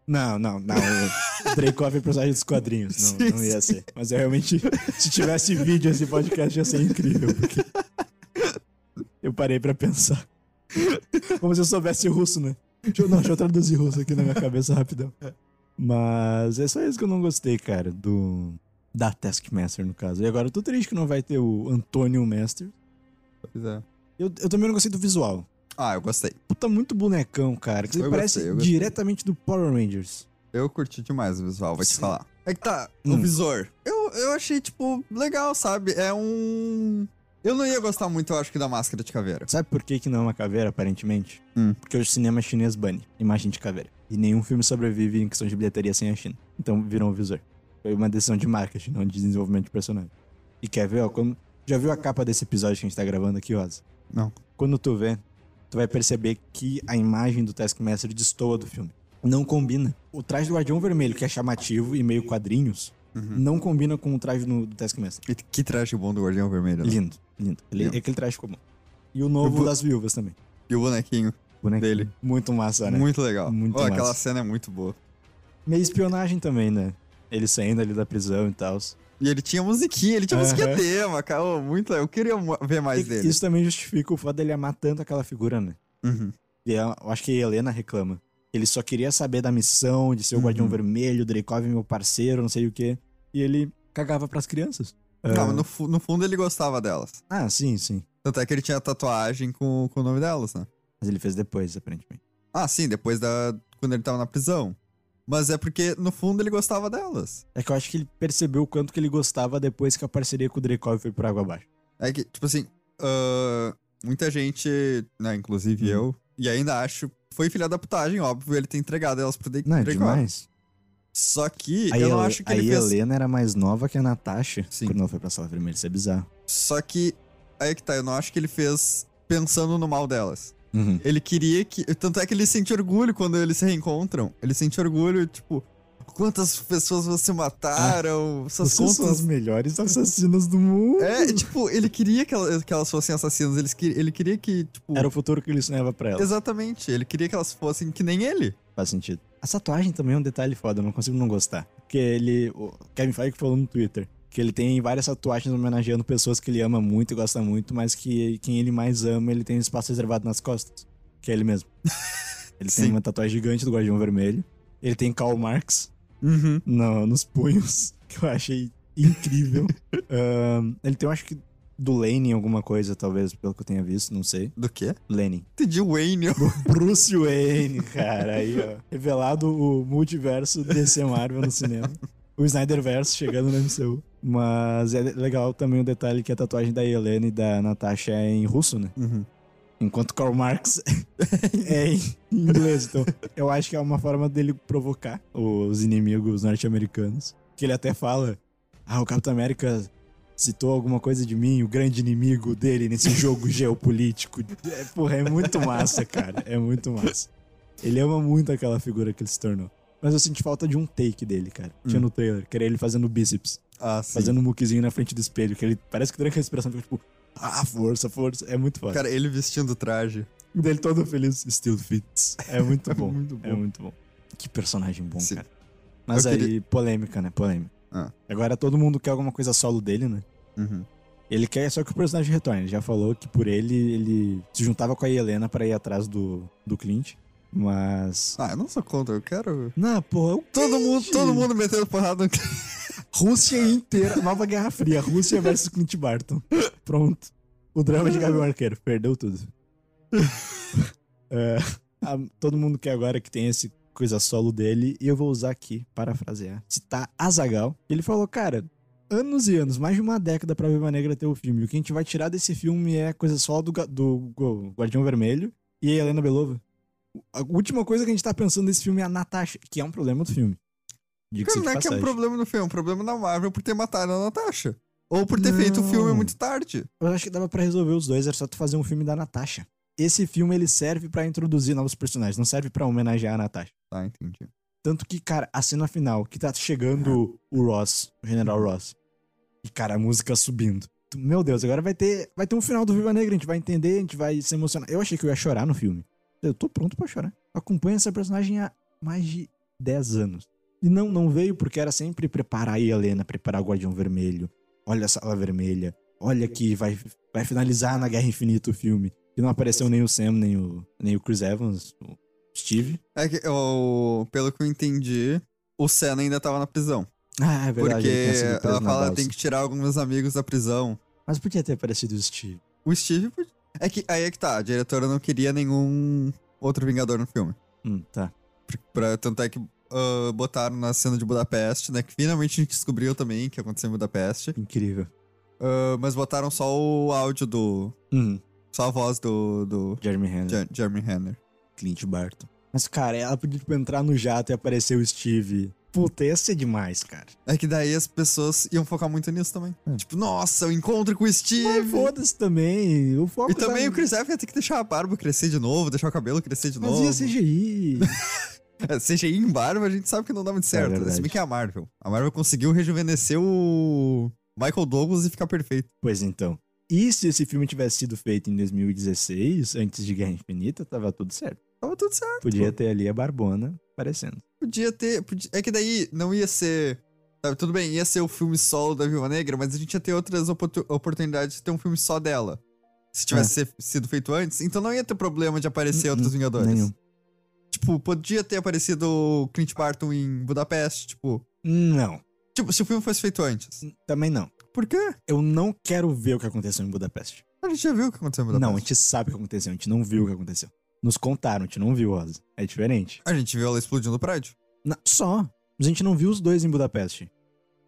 Não, não, não. O Dreykov é personagem dos quadrinhos. Não,
Sim,
não ia ser. Mas eu realmente... Se tivesse vídeo, esse podcast ia ser incrível. Porque... Eu parei pra pensar. Como se eu soubesse russo, né? Deixa eu, não, deixa eu traduzir russo aqui na minha cabeça rapidão. Mas é só isso que eu não gostei, cara, do... Da Taskmaster, no caso. E agora eu tô triste que não vai ter o Antônio Master.
Pois é.
Eu, eu também não gostei do visual.
Ah, eu gostei.
Puta, muito bonecão, cara. Que
Eu
ele
gostei,
parece
eu gostei.
diretamente do Power Rangers.
Eu curti demais o visual, vou te
Sim.
falar. É que tá, o
Hum.
visor. Eu, eu achei, tipo, legal, sabe? É um. Eu não ia gostar muito, eu acho que, da máscara de caveira.
Sabe por que, que não é uma caveira, aparentemente?
Hum.
Porque o cinema é chinês bane imagem de caveira. E nenhum filme sobrevive em questão de bilheteria sem a China. Então virou um visor. Foi uma decisão de marketing, não de desenvolvimento de personagem. E quer ver, ó, quando... já viu a capa desse episódio que a gente tá gravando aqui, Oz?
Não.
Quando tu vê, tu vai perceber que a imagem do Taskmaster destoa do filme. Não combina. O traje do Guardião Vermelho, que é chamativo e meio quadrinhos,
Uhum.
não combina com o traje no- do Taskmaster.
E que traje bom do Guardião Vermelho. Né?
Lindo, lindo. Ele,
Lindo.
Aquele traje ficou bom. E o novo
Eu vou-
das viúvas também.
E o bonequinho.
Boneco
Dele.
Muito massa, né?
Tá, Muito legal.
Muito
Ó, aquela
massa.
cena é muito boa.
Meio espionagem também, né? Ele saindo ali da prisão e tal.
E ele tinha musiquinha, ele tinha
Aham.
musiquinha tema, cara. Ô, muito legal. Eu queria mo- ver mais dele.
Isso também justifica o fato dele amar tanto aquela figura, né?
Uhum.
E eu eu acho que a Helena reclama. Ele só queria saber da missão, de ser o
Uhum.
Guardião Vermelho, o Dreykov é meu parceiro, não sei o quê. E ele cagava pras crianças.
Não, mas no, fu- no fundo ele gostava delas.
Ah, sim, sim.
Tanto é que ele tinha tatuagem com, com o nome delas, né?
Mas ele fez depois, aparentemente.
Ah, sim, depois da. Quando ele tava na prisão. Mas é porque, no fundo, ele gostava delas.
É que eu acho que ele percebeu o quanto que ele gostava depois que a parceria com o Dreykov foi por água abaixo.
É que, tipo assim, ah, muita gente, né, inclusive
Hum.
eu, e ainda acho, foi filha da putagem, óbvio, ele ter entregado elas pro Drake.
Não, é demais.
Só que
Aí
*laughs* eu não
a-
acho que
aí
ele
a
fez.
Helena era mais nova que a Natasha
Sim.
quando ela foi pra Sala Vermelha. Isso é bizarro.
Só que. Aí que tá, eu não acho que ele fez pensando no mal delas.
Uhum.
Ele queria que. Tanto é que ele sente orgulho quando eles se reencontram. Ele sente orgulho, tipo, quantas pessoas
Ah,
você mataram, essas
Vocês são
contas.
as melhores assassinas do mundo.
É, tipo, ele queria que elas, que elas fossem assassinas. Ele, ele queria que, tipo.
Era o futuro que ele sonhava pra ela.
Exatamente. Ele queria que elas fossem que nem ele.
Faz sentido. A tatuagem também é um detalhe foda, eu não consigo não gostar. Porque ele. O Kevin Feige falou no Twitter que ele tem várias tatuagens homenageando pessoas que ele ama muito e gosta muito, mas que quem ele mais ama, ele tem um espaço reservado nas costas. Que é ele
*laughs*
mesmo. Ele tem
Sim.
uma tatuagem gigante do Guardião Vermelho. Ele tem Karl Marx.
Uhum.
no- nos punhos, *laughs* que eu achei incrível. Ahn, ele tem, eu acho que, do Lenin alguma coisa, talvez, pelo que eu tenha visto, não sei.
Do quê?
Lenin.
Entendi
*laughs*
Wayne. eu-
Bruce Wayne, cara, aí, ó. Revelado o multiverso DC Marvel no cinema. O Snyderverse chegando no MCU. Mas é legal também o detalhe que a tatuagem da Helena e da Natasha é em russo, né?
Uhum.
Enquanto Karl Marx *laughs* é em inglês. Então, eu acho que é uma forma dele provocar os inimigos norte-americanos. Que ele até fala: Ah, o Capitão América citou alguma coisa de mim, o grande inimigo dele nesse jogo *laughs* geopolítico. É, porra, é muito massa, cara. É muito massa. Ele ama muito aquela figura que ele se tornou. Mas eu senti falta de um take dele, cara. Tinha no trailer, que era ele fazendo bíceps,
Ah, Hum. sim.
fazendo um muquezinho na frente do espelho, que ele parece que durante a respiração fica tipo, ah, força, força. É muito foda.
Cara, ele vestindo o traje.
E dele todo feliz, still fits. É
*laughs*
muito bom.
muito bom.
É muito bom. Que personagem bom,
Sim.
cara. Mas
Eu
aí,
queria-
polêmica, né? Polêmica.
Ah.
Agora todo mundo quer alguma coisa solo dele, né?
Uhum.
Ele quer só que o personagem retorne. Ele já falou que por ele, ele se juntava com a Helena pra ir atrás do, do Clint. Mas.
Ah, eu não sou contra, eu quero.
Não, porra, eu...
Todo mundo, todo mundo metendo porrada no cara.
Rússia inteira. Nova Guerra Fria. Rússia versus Clint Barton. Pronto. O drama de Gabriel Arqueiro. Perdeu tudo. É, a- todo mundo quer agora que tem esse coisa solo dele. E eu vou usar aqui, parafrasear, citar Azagal. Ele falou, cara. Anos e anos, mais de uma década pra Viva Negra ter o filme. O que a gente vai tirar desse filme é coisa solo do, Ga- do Gu- Guardião Vermelho e a Helena Belova. A última coisa que a gente tá pensando nesse filme é a Natasha, que é um problema do filme. Diga-se
Cara,
de
*laughs* não é que é um
passagem.
problema do filme, é um problema da Marvel por ter matado a Natasha. Ou por ter feito o filme
Não.
muito tarde.
Eu acho que dava pra resolver os dois, era só tu fazer um filme da Natasha. Esse filme, ele serve pra introduzir novos personagens, não serve pra homenagear a Natasha.
Tá, entendi.
Tanto que, cara, a cena final, que tá chegando o Ross, o General Ross. E, cara, a música subindo. Tu- Meu Deus, agora vai ter, vai ter um final do Viva Negra, a gente vai entender, a gente vai se emocionar. Eu achei que eu ia chorar no filme. Eu tô pronto pra chorar. Eu acompanho essa personagem há mais de 10 anos. E não, não veio porque era sempre preparar a Helena, preparar o Guardião Vermelho. Olha a Sala Vermelha. Olha que vai, vai finalizar na Guerra Infinita o filme. E não apareceu nem o Sam, nem o, nem o Chris Evans, o Steve.
É que, eu, pelo que eu entendi, o Senna ainda tava na prisão.
Ah, é verdade. ele tinha sido
porque
preso
ela
na
fala
balsa.
tem que tirar alguns amigos da prisão.
Mas podia ter aparecido o Steve.
O Steve. podia- É que aí é que tá, a diretora não queria nenhum outro Vingador no filme.
Hum, tá.
Pra, tanto é que ah, botaram na cena de Budapeste, né? Que finalmente a gente descobriu também que aconteceu em Budapeste.
Incrível.
Ah, mas botaram só o áudio do.
Hum,
Só a voz do. do
Jeremy Renner,
Ja- Jeremy Renner.
É. Clint Barton. Mas, cara, ela podia tipo, entrar no jato e aparecer o Steve. Puta, ia ser demais, cara.
É que daí as pessoas iam focar muito nisso também.
É.
Tipo, nossa, o encontro com o
Mas
Steve.
Ah, foda-se também. O foco
e também
tá-
o Chris Evans ia ter que deixar a barba crescer de novo, deixar o cabelo crescer de
Mas
novo.
ia
*laughs*
CGI.
É, CGI em barba, a gente sabe que não dá muito certo. né?
verdade.
Se bem que é a Marvel. A Marvel conseguiu rejuvenescer o Michael Douglas e ficar perfeito.
pois então. E se esse filme tivesse sido feito em 2016, antes de Guerra Infinita, tava tudo certo.
Tava Ah, tudo certo.
Podia ter ali a Barbona aparecendo.
Podia ter. podia- É que daí não ia ser. Sabe, tudo bem, ia ser o filme solo da Viúva Negra, mas a gente ia ter outras oportu- oportunidades de ter um filme só dela. Se
É.
tivesse ser- sido feito antes, então não ia ter problema de aparecer
Hum,
outros Vingadores.
Nenhum.
Tipo, podia ter aparecido o Clint Barton em Budapeste, tipo.
Não.
Tipo, se o filme fosse feito antes.
Também não.
Por quê?
Eu não quero ver o que aconteceu em Budapeste.
A gente já viu o que aconteceu em Budapeste.
Não, a gente sabe o que aconteceu, a gente não viu o que aconteceu. Nos contaram, a gente não viu, Rosa. É diferente.
A gente viu ela explodindo o prédio.
Na- só. Mas a gente não viu os dois em Budapeste.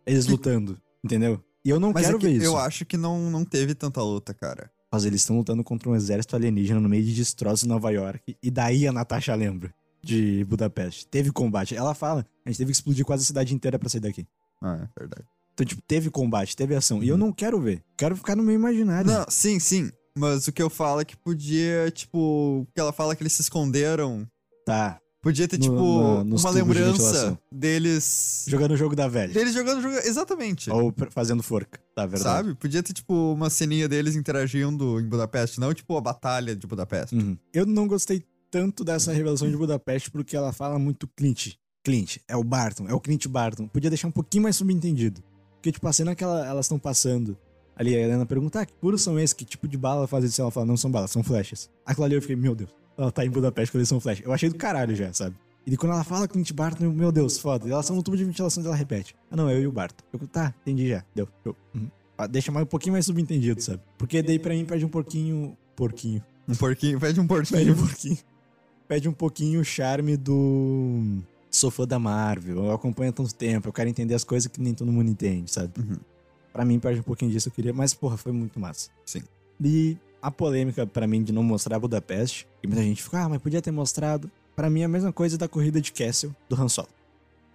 Eles
É Que-
lutando, entendeu? E eu não
Mas
quero
é que
ver isso.
eu acho que não, não teve tanta luta, cara.
Mas eles estão lutando contra um exército alienígena no meio de destroços em Nova York. E daí a Natasha lembra de Budapeste. Teve combate. Ela fala, a gente teve que explodir quase a cidade inteira pra sair daqui.
Ah, é verdade.
Então, tipo, teve combate, teve ação. E eu não quero ver. Quero ficar no meu imaginário.
Uhum. Não, sim, sim. Mas o que eu falo é que podia, tipo, que ela fala que eles se esconderam.
Tá.
Podia ter,
No-
tipo,
no- nos
uma
tubos de
lembrança
ventilação.
deles.
Jogando o jogo da velha.
Deles jogando, jogando exatamente.
Ou pra- fazendo forca. Tá, Oh, verdade.
Sabe? Podia ter, tipo, uma ceninha deles interagindo em Budapeste, não, tipo, a batalha de Budapeste.
Uhum. Eu não gostei tanto dessa revelação de Budapeste porque ela fala muito Clint. Clint, é o Barton, é o Clint Barton. Podia deixar um pouquinho mais subentendido. Porque, tipo, a cena que ela- elas estão passando. Ali a Helena pergunta: ah, que puros são esses? Que tipo de bala faz isso? Ela fala: não são balas, são flechas. Aquilo ali eu fiquei: meu Deus, ela tá em Budapeste quando eles são flechas. Eu achei do caralho já, sabe? E quando ela fala Clint Barton, eu, meu Deus, foda. Elas são no tubo de ventilação e ela repete: ah, não, eu e o Barton. Eu, tá, entendi já, deu. show." Uhum. Ah, Deixa mais, um pouquinho mais subentendido, sabe? Porque daí pra mim perde um pouquinho. Porquinho.
Um porquinho, pede um
Pede um
porquinho.
pouquinho. Pede um pouquinho o charme do. Sou fã da Marvel, eu acompanho há tanto tempo, eu quero entender as coisas que nem todo mundo entende, sabe?
Uhum.
Pra mim, perde um pouquinho disso, eu queria. Mas, porra, foi muito massa.
Sim.
E a polêmica, pra mim, de não mostrar Budapeste, que muita gente fica, ah, mas podia ter mostrado. Pra mim, é a mesma coisa da corrida de Castle do Han Solo.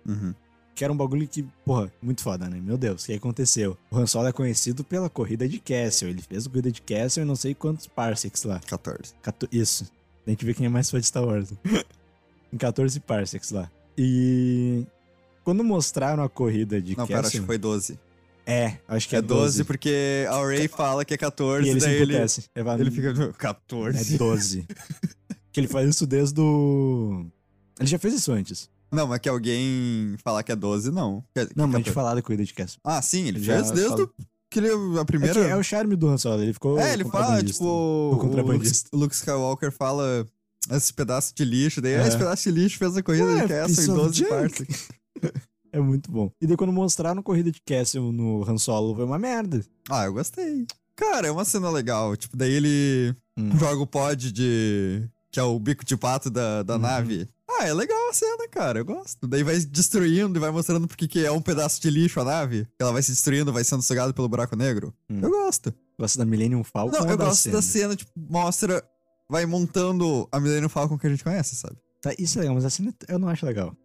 Uhum.
Que era um bagulho que, porra, muito foda, né? Meu Deus, o que aconteceu? O Han Solo é conhecido pela corrida de Castle. Ele fez a corrida de Castle e não sei quantos parsecs lá.
14.
Quator- Isso. A gente vê quem é mais fã de Star Wars. *laughs* em 14 parsecs lá. E quando mostraram a corrida de
Não, pera, acho
Cassian...
que foi 12.
É, acho assim, que
é 12, porque a Ray fala que é 14,
E ele se
daí ele,
emputece. Ele, fala,
ele fica. 14.
É 12. que ele faz isso desde o... Ele já fez isso antes.
Não, mas que alguém falar que é 12, não. Que- que
Não, mas a gente
14.
falar da corrida de Cassian.
Ah, sim, ele
Ele já
fez desde
fala.
o- que ele- a
É,
primeira.
que é o charme do Han Solo, ele ficou
É, ele fala,
contrabandista.
tipo. O
contrabandista.
Luke, Luke Skywalker fala esse pedaço de lixo, daí
É.
ah, esse pedaço de lixo fez a corrida
Ué,
de Castle
É, piece
em
of
12
junk.
partes.
*laughs* É muito bom. E daí quando mostraram a corrida de Cassian no Han Solo, foi uma merda.
Ah, eu gostei. Cara, é uma cena legal. Tipo, daí ele
Hum.
joga o pod de. que é o bico de pato da, da
Uhum.
nave. Ah, é legal a cena, cara. Eu gosto. Daí vai destruindo e vai mostrando porque que é um pedaço de lixo a nave. Ela vai se destruindo, vai sendo sugada pelo buraco negro.
Hum.
Eu gosto.
Gosta da Millennium Falcon
Não,
ou
eu
da
gosto
cena?
da cena, tipo, mostra. Vai montando a Millennium Falcon que a gente conhece, sabe?
Tá, isso é legal, mas a cena eu não acho legal.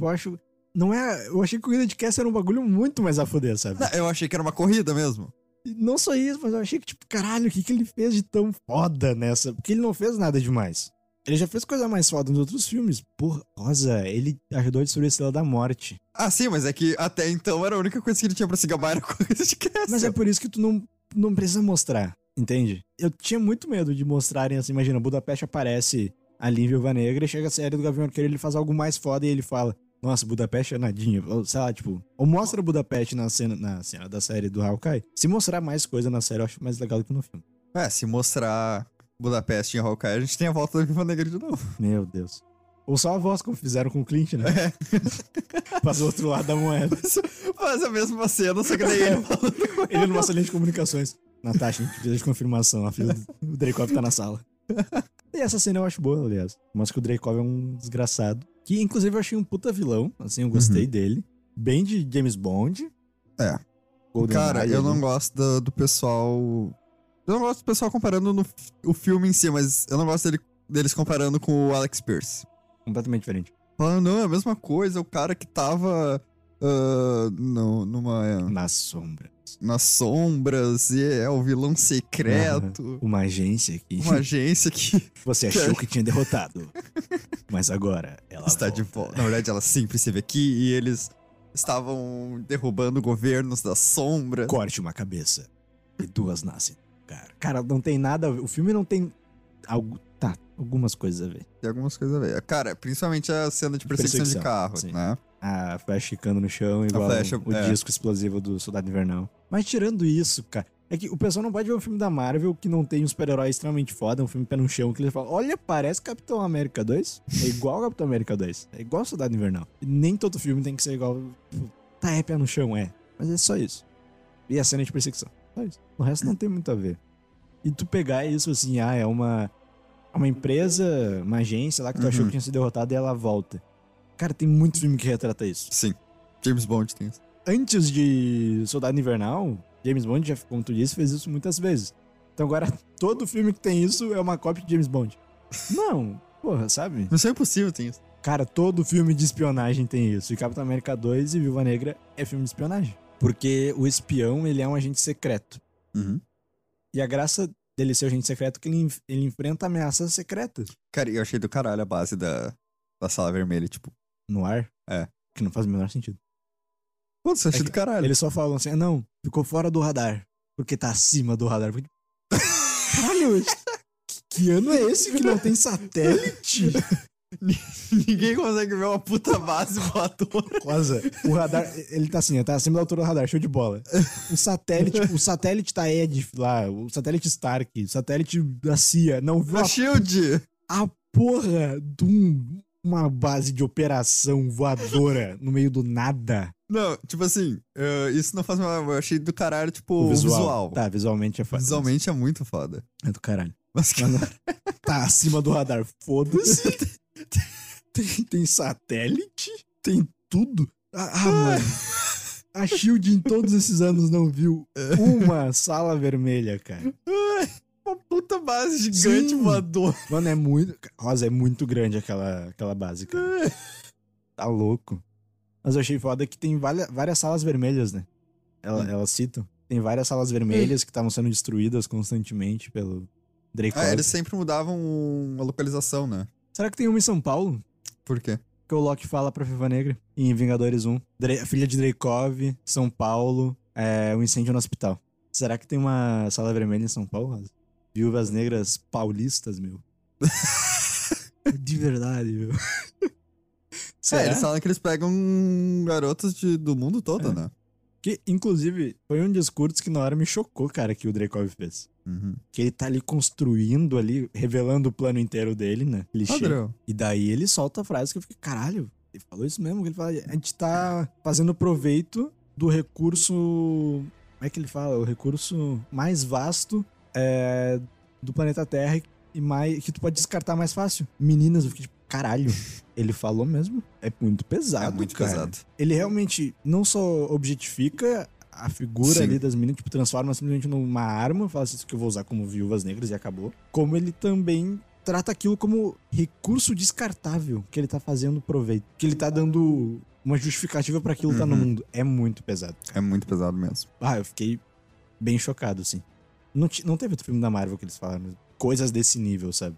Eu acho. Não é. Eu achei que corrida de cast era um bagulho muito mais a fuder, sabe?
Não, eu achei que era uma corrida mesmo.
E Não só isso, mas eu achei que, tipo, caralho, o que, que ele fez de tão foda nessa? Porque ele não fez nada demais. Ele já fez coisa mais foda nos outros filmes. Por Rosa, ele ajudou a destruir a Estrela da Morte.
Ah, sim, mas é que até então era a única coisa que ele tinha pra se gabar era *laughs* corrida de cast.
Mas é por isso que tu não, não precisa mostrar, entende? Eu tinha muito medo de mostrarem assim, imagina, Budapeste aparece ali em Viúva Negra e chega a série do Gavião Arqueiro, ele faz algo mais foda e ele fala, nossa, Budapeste é nadinha, ou sei lá, tipo, ou mostra Budapeste na cena, na cena da série do Hawkeye. Se mostrar mais coisa na série, eu acho mais legal do que no filme.
É, se mostrar Budapeste em Hawkeye, a gente tem a volta do Viva Negra de novo. *laughs*
Meu Deus. Ou só a voz, como fizeram com o Clint, né? *laughs* Passou o outro lado da *laughs* moeda.
Mas a mesma cena, só que daí ele falando.
Ele numa sala de comunicações. Natasha, a gente precisa de confirmação. A filha do o Dreykov tá na sala. E essa cena eu acho boa, aliás. Mostra que o Dreykov é um desgraçado. Que, inclusive, eu achei um puta vilão. Assim, eu gostei
Uhum.
dele. Bem de James Bond.
É.
Golden
Cara,
Eye né?"
eu
ali.
não gosto do, do pessoal. Eu não gosto do pessoal comparando no, f- o filme em si, mas eu não gosto dele- deles comparando com o Alex Pierce.
Completamente diferente.
Falando, não, é a mesma coisa, o cara que tava ah, no, numa, é,
Na sombra.
nas sombras e é o vilão secreto,
Uma agência aqui. *laughs*
uma agência que
Você achou que tinha derrotado. Mas agora ela
está de
volta.
volta. Na verdade, ela sempre esteve aqui e eles estavam derrubando governos da sombra.
corte uma cabeça e duas nascem. Cara, cara, não tem nada. a ver. O filme não tem algo, tá, algumas coisas a ver.
Tem algumas coisas a ver. Cara, principalmente a cena de perseguição,
Perseguição,
de carro,
sim.
né?
A flecha ficando no chão igual
flecha,
o
é.
disco explosivo do Soldado Invernal. Mas tirando isso, cara, é que o pessoal não pode ver um filme da Marvel que não tem um super-herói extremamente foda, um filme pé no chão, que eles falam, olha, parece Capitão América 2. É igual Capitão América 2. É igual Soldado Invernal. E nem todo filme tem que ser igual. tipo, Tá, é pé no chão, é. Mas é só isso. E a cena de perseguição. Só isso. O resto não tem muito a ver. E tu pegar isso assim, ah, é uma, é uma empresa, uma agência lá que tu achou
Uhum.
que tinha sido derrotada e ela volta. Cara, tem muito filme que retrata isso.
Sim. James Bond tem isso.
Antes de Soldado Invernal, James Bond, já, como tu disse, fez isso muitas vezes. Então agora *laughs* todo filme que tem isso é uma cópia de James Bond. Não, porra, sabe?
Missão é Impossível tem isso.
Cara, todo filme de espionagem tem isso. E Capitão América 2 e Viúva Negra é filme de espionagem. Porque o espião, ele é um agente secreto.
Uhum.
E a graça dele ser um agente secreto é que ele, enf- ele enfrenta ameaças secretas
Cara, eu achei do caralho a base da, da sala vermelha, tipo.
no ar.
É.
Que não faz o menor sentido.
Putz, eu achei
É
do
*laughs*
caralho.
Eles só falam assim, "Ah, não, ficou fora do radar. Porque tá acima do radar. Porque- *laughs* Caralho, que- que ano é esse que não tem
*laughs*
satélite?
*laughs* Ninguém consegue ver uma puta base
*laughs*
voadora.
Rosa, o radar, ele tá assim, tá acima da altura do radar, show de bola. O satélite, o satélite tá da EDF lá, o satélite Stark, o satélite da CIA, não viu
Na
a,
Shield!
a porra de um- uma base de operação voadora no meio do nada.
Não, tipo assim, eh, isso não faz mal. Eu achei do caralho, tipo, o visual.
Tá, visualmente é foda.
Visualmente é muito foda.
É do caralho.
Mas,
Mas não- tá acima do radar,
*laughs*
foda-se. tem, tem satélite, tem tudo. Ah, *laughs* ah, mano. A Shield em todos esses anos não viu uma sala vermelha, cara.
uma puta base
gigante
voadora.
Mano, é muito. Rosa, é muito grande aquela, aquela base, cara.
Ah,
Tá louco. Mas eu achei foda que tem várias, várias salas vermelhas, né? Ela,
Hum.
Elas citam. Tem várias salas vermelhas que estavam sendo destruídas constantemente pelo Drake.
Ah, eles sempre mudavam a localização, né?
Será que tem uma em São Paulo?
Por quê?
que o Loki fala pra Viva Negra em Vingadores 1. Dre- a filha de Dreykov, São Paulo, é, um incêndio no hospital. Será que tem uma sala vermelha em São Paulo? Rosa? Viúvas negras paulistas, meu. *laughs* de verdade, meu. Será?
É, eles falam que eles pegam garotas de- do mundo todo,
É.
né?
Que, inclusive, foi um discurso que na hora me chocou, cara, que o Dreykov fez.
Uhum.
Que ele tá ali construindo ali, revelando o plano inteiro dele, né? Clichê.
Padrão.
E daí ele solta a frase que eu fiquei, caralho, ele falou isso mesmo? Ele fala, a gente tá fazendo proveito do recurso. Como é que ele fala? O recurso mais vasto é, do planeta Terra e mais, que tu pode descartar mais fácil. Meninas, eu fiquei tipo, caralho, ele falou mesmo? É muito pesado.
É muito
cara.
pesado.
Ele realmente não só objetifica a figura
Sim.
ali das meninas, tipo, transforma simplesmente numa arma, fala assim, isso que eu vou usar como viúvas negras e acabou. Como ele também trata aquilo como recurso descartável que ele tá fazendo proveito. Que ele tá dando uma justificativa pra aquilo tá no mundo. É muito pesado.
É muito pesado mesmo.
Ah, eu fiquei bem chocado, assim. Não, ti- não teve outro filme da Marvel que eles falaram. Coisas desse nível, sabe?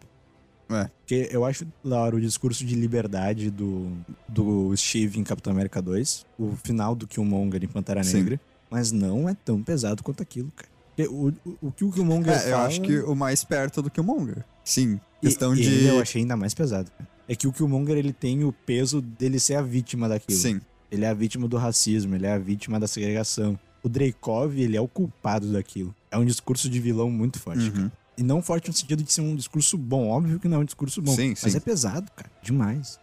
É.
Porque eu acho, Laura, o discurso de liberdade do, do Steve em Capitão América 2, o final do Killmonger em Pantera
Sim.
Negra, mas não é tão pesado quanto aquilo, cara. Porque O, o, o que o Killmonger
É, eu
fala-
acho que o mais perto do Killmonger. Sim.
e-
Questão
e
de.
Eu achei ainda mais pesado, cara. É que o Killmonger, ele tem o peso dele ser a vítima daquilo.
Sim.
Ele é a vítima do racismo, ele é a vítima da segregação. O Dreykov, ele é o culpado daquilo. É um discurso de vilão muito forte, cara.
Uhum.
E não forte no sentido de ser um discurso bom. Óbvio que não é um discurso bom.
Sim,
Mas
sim.
é pesado, cara. Demais.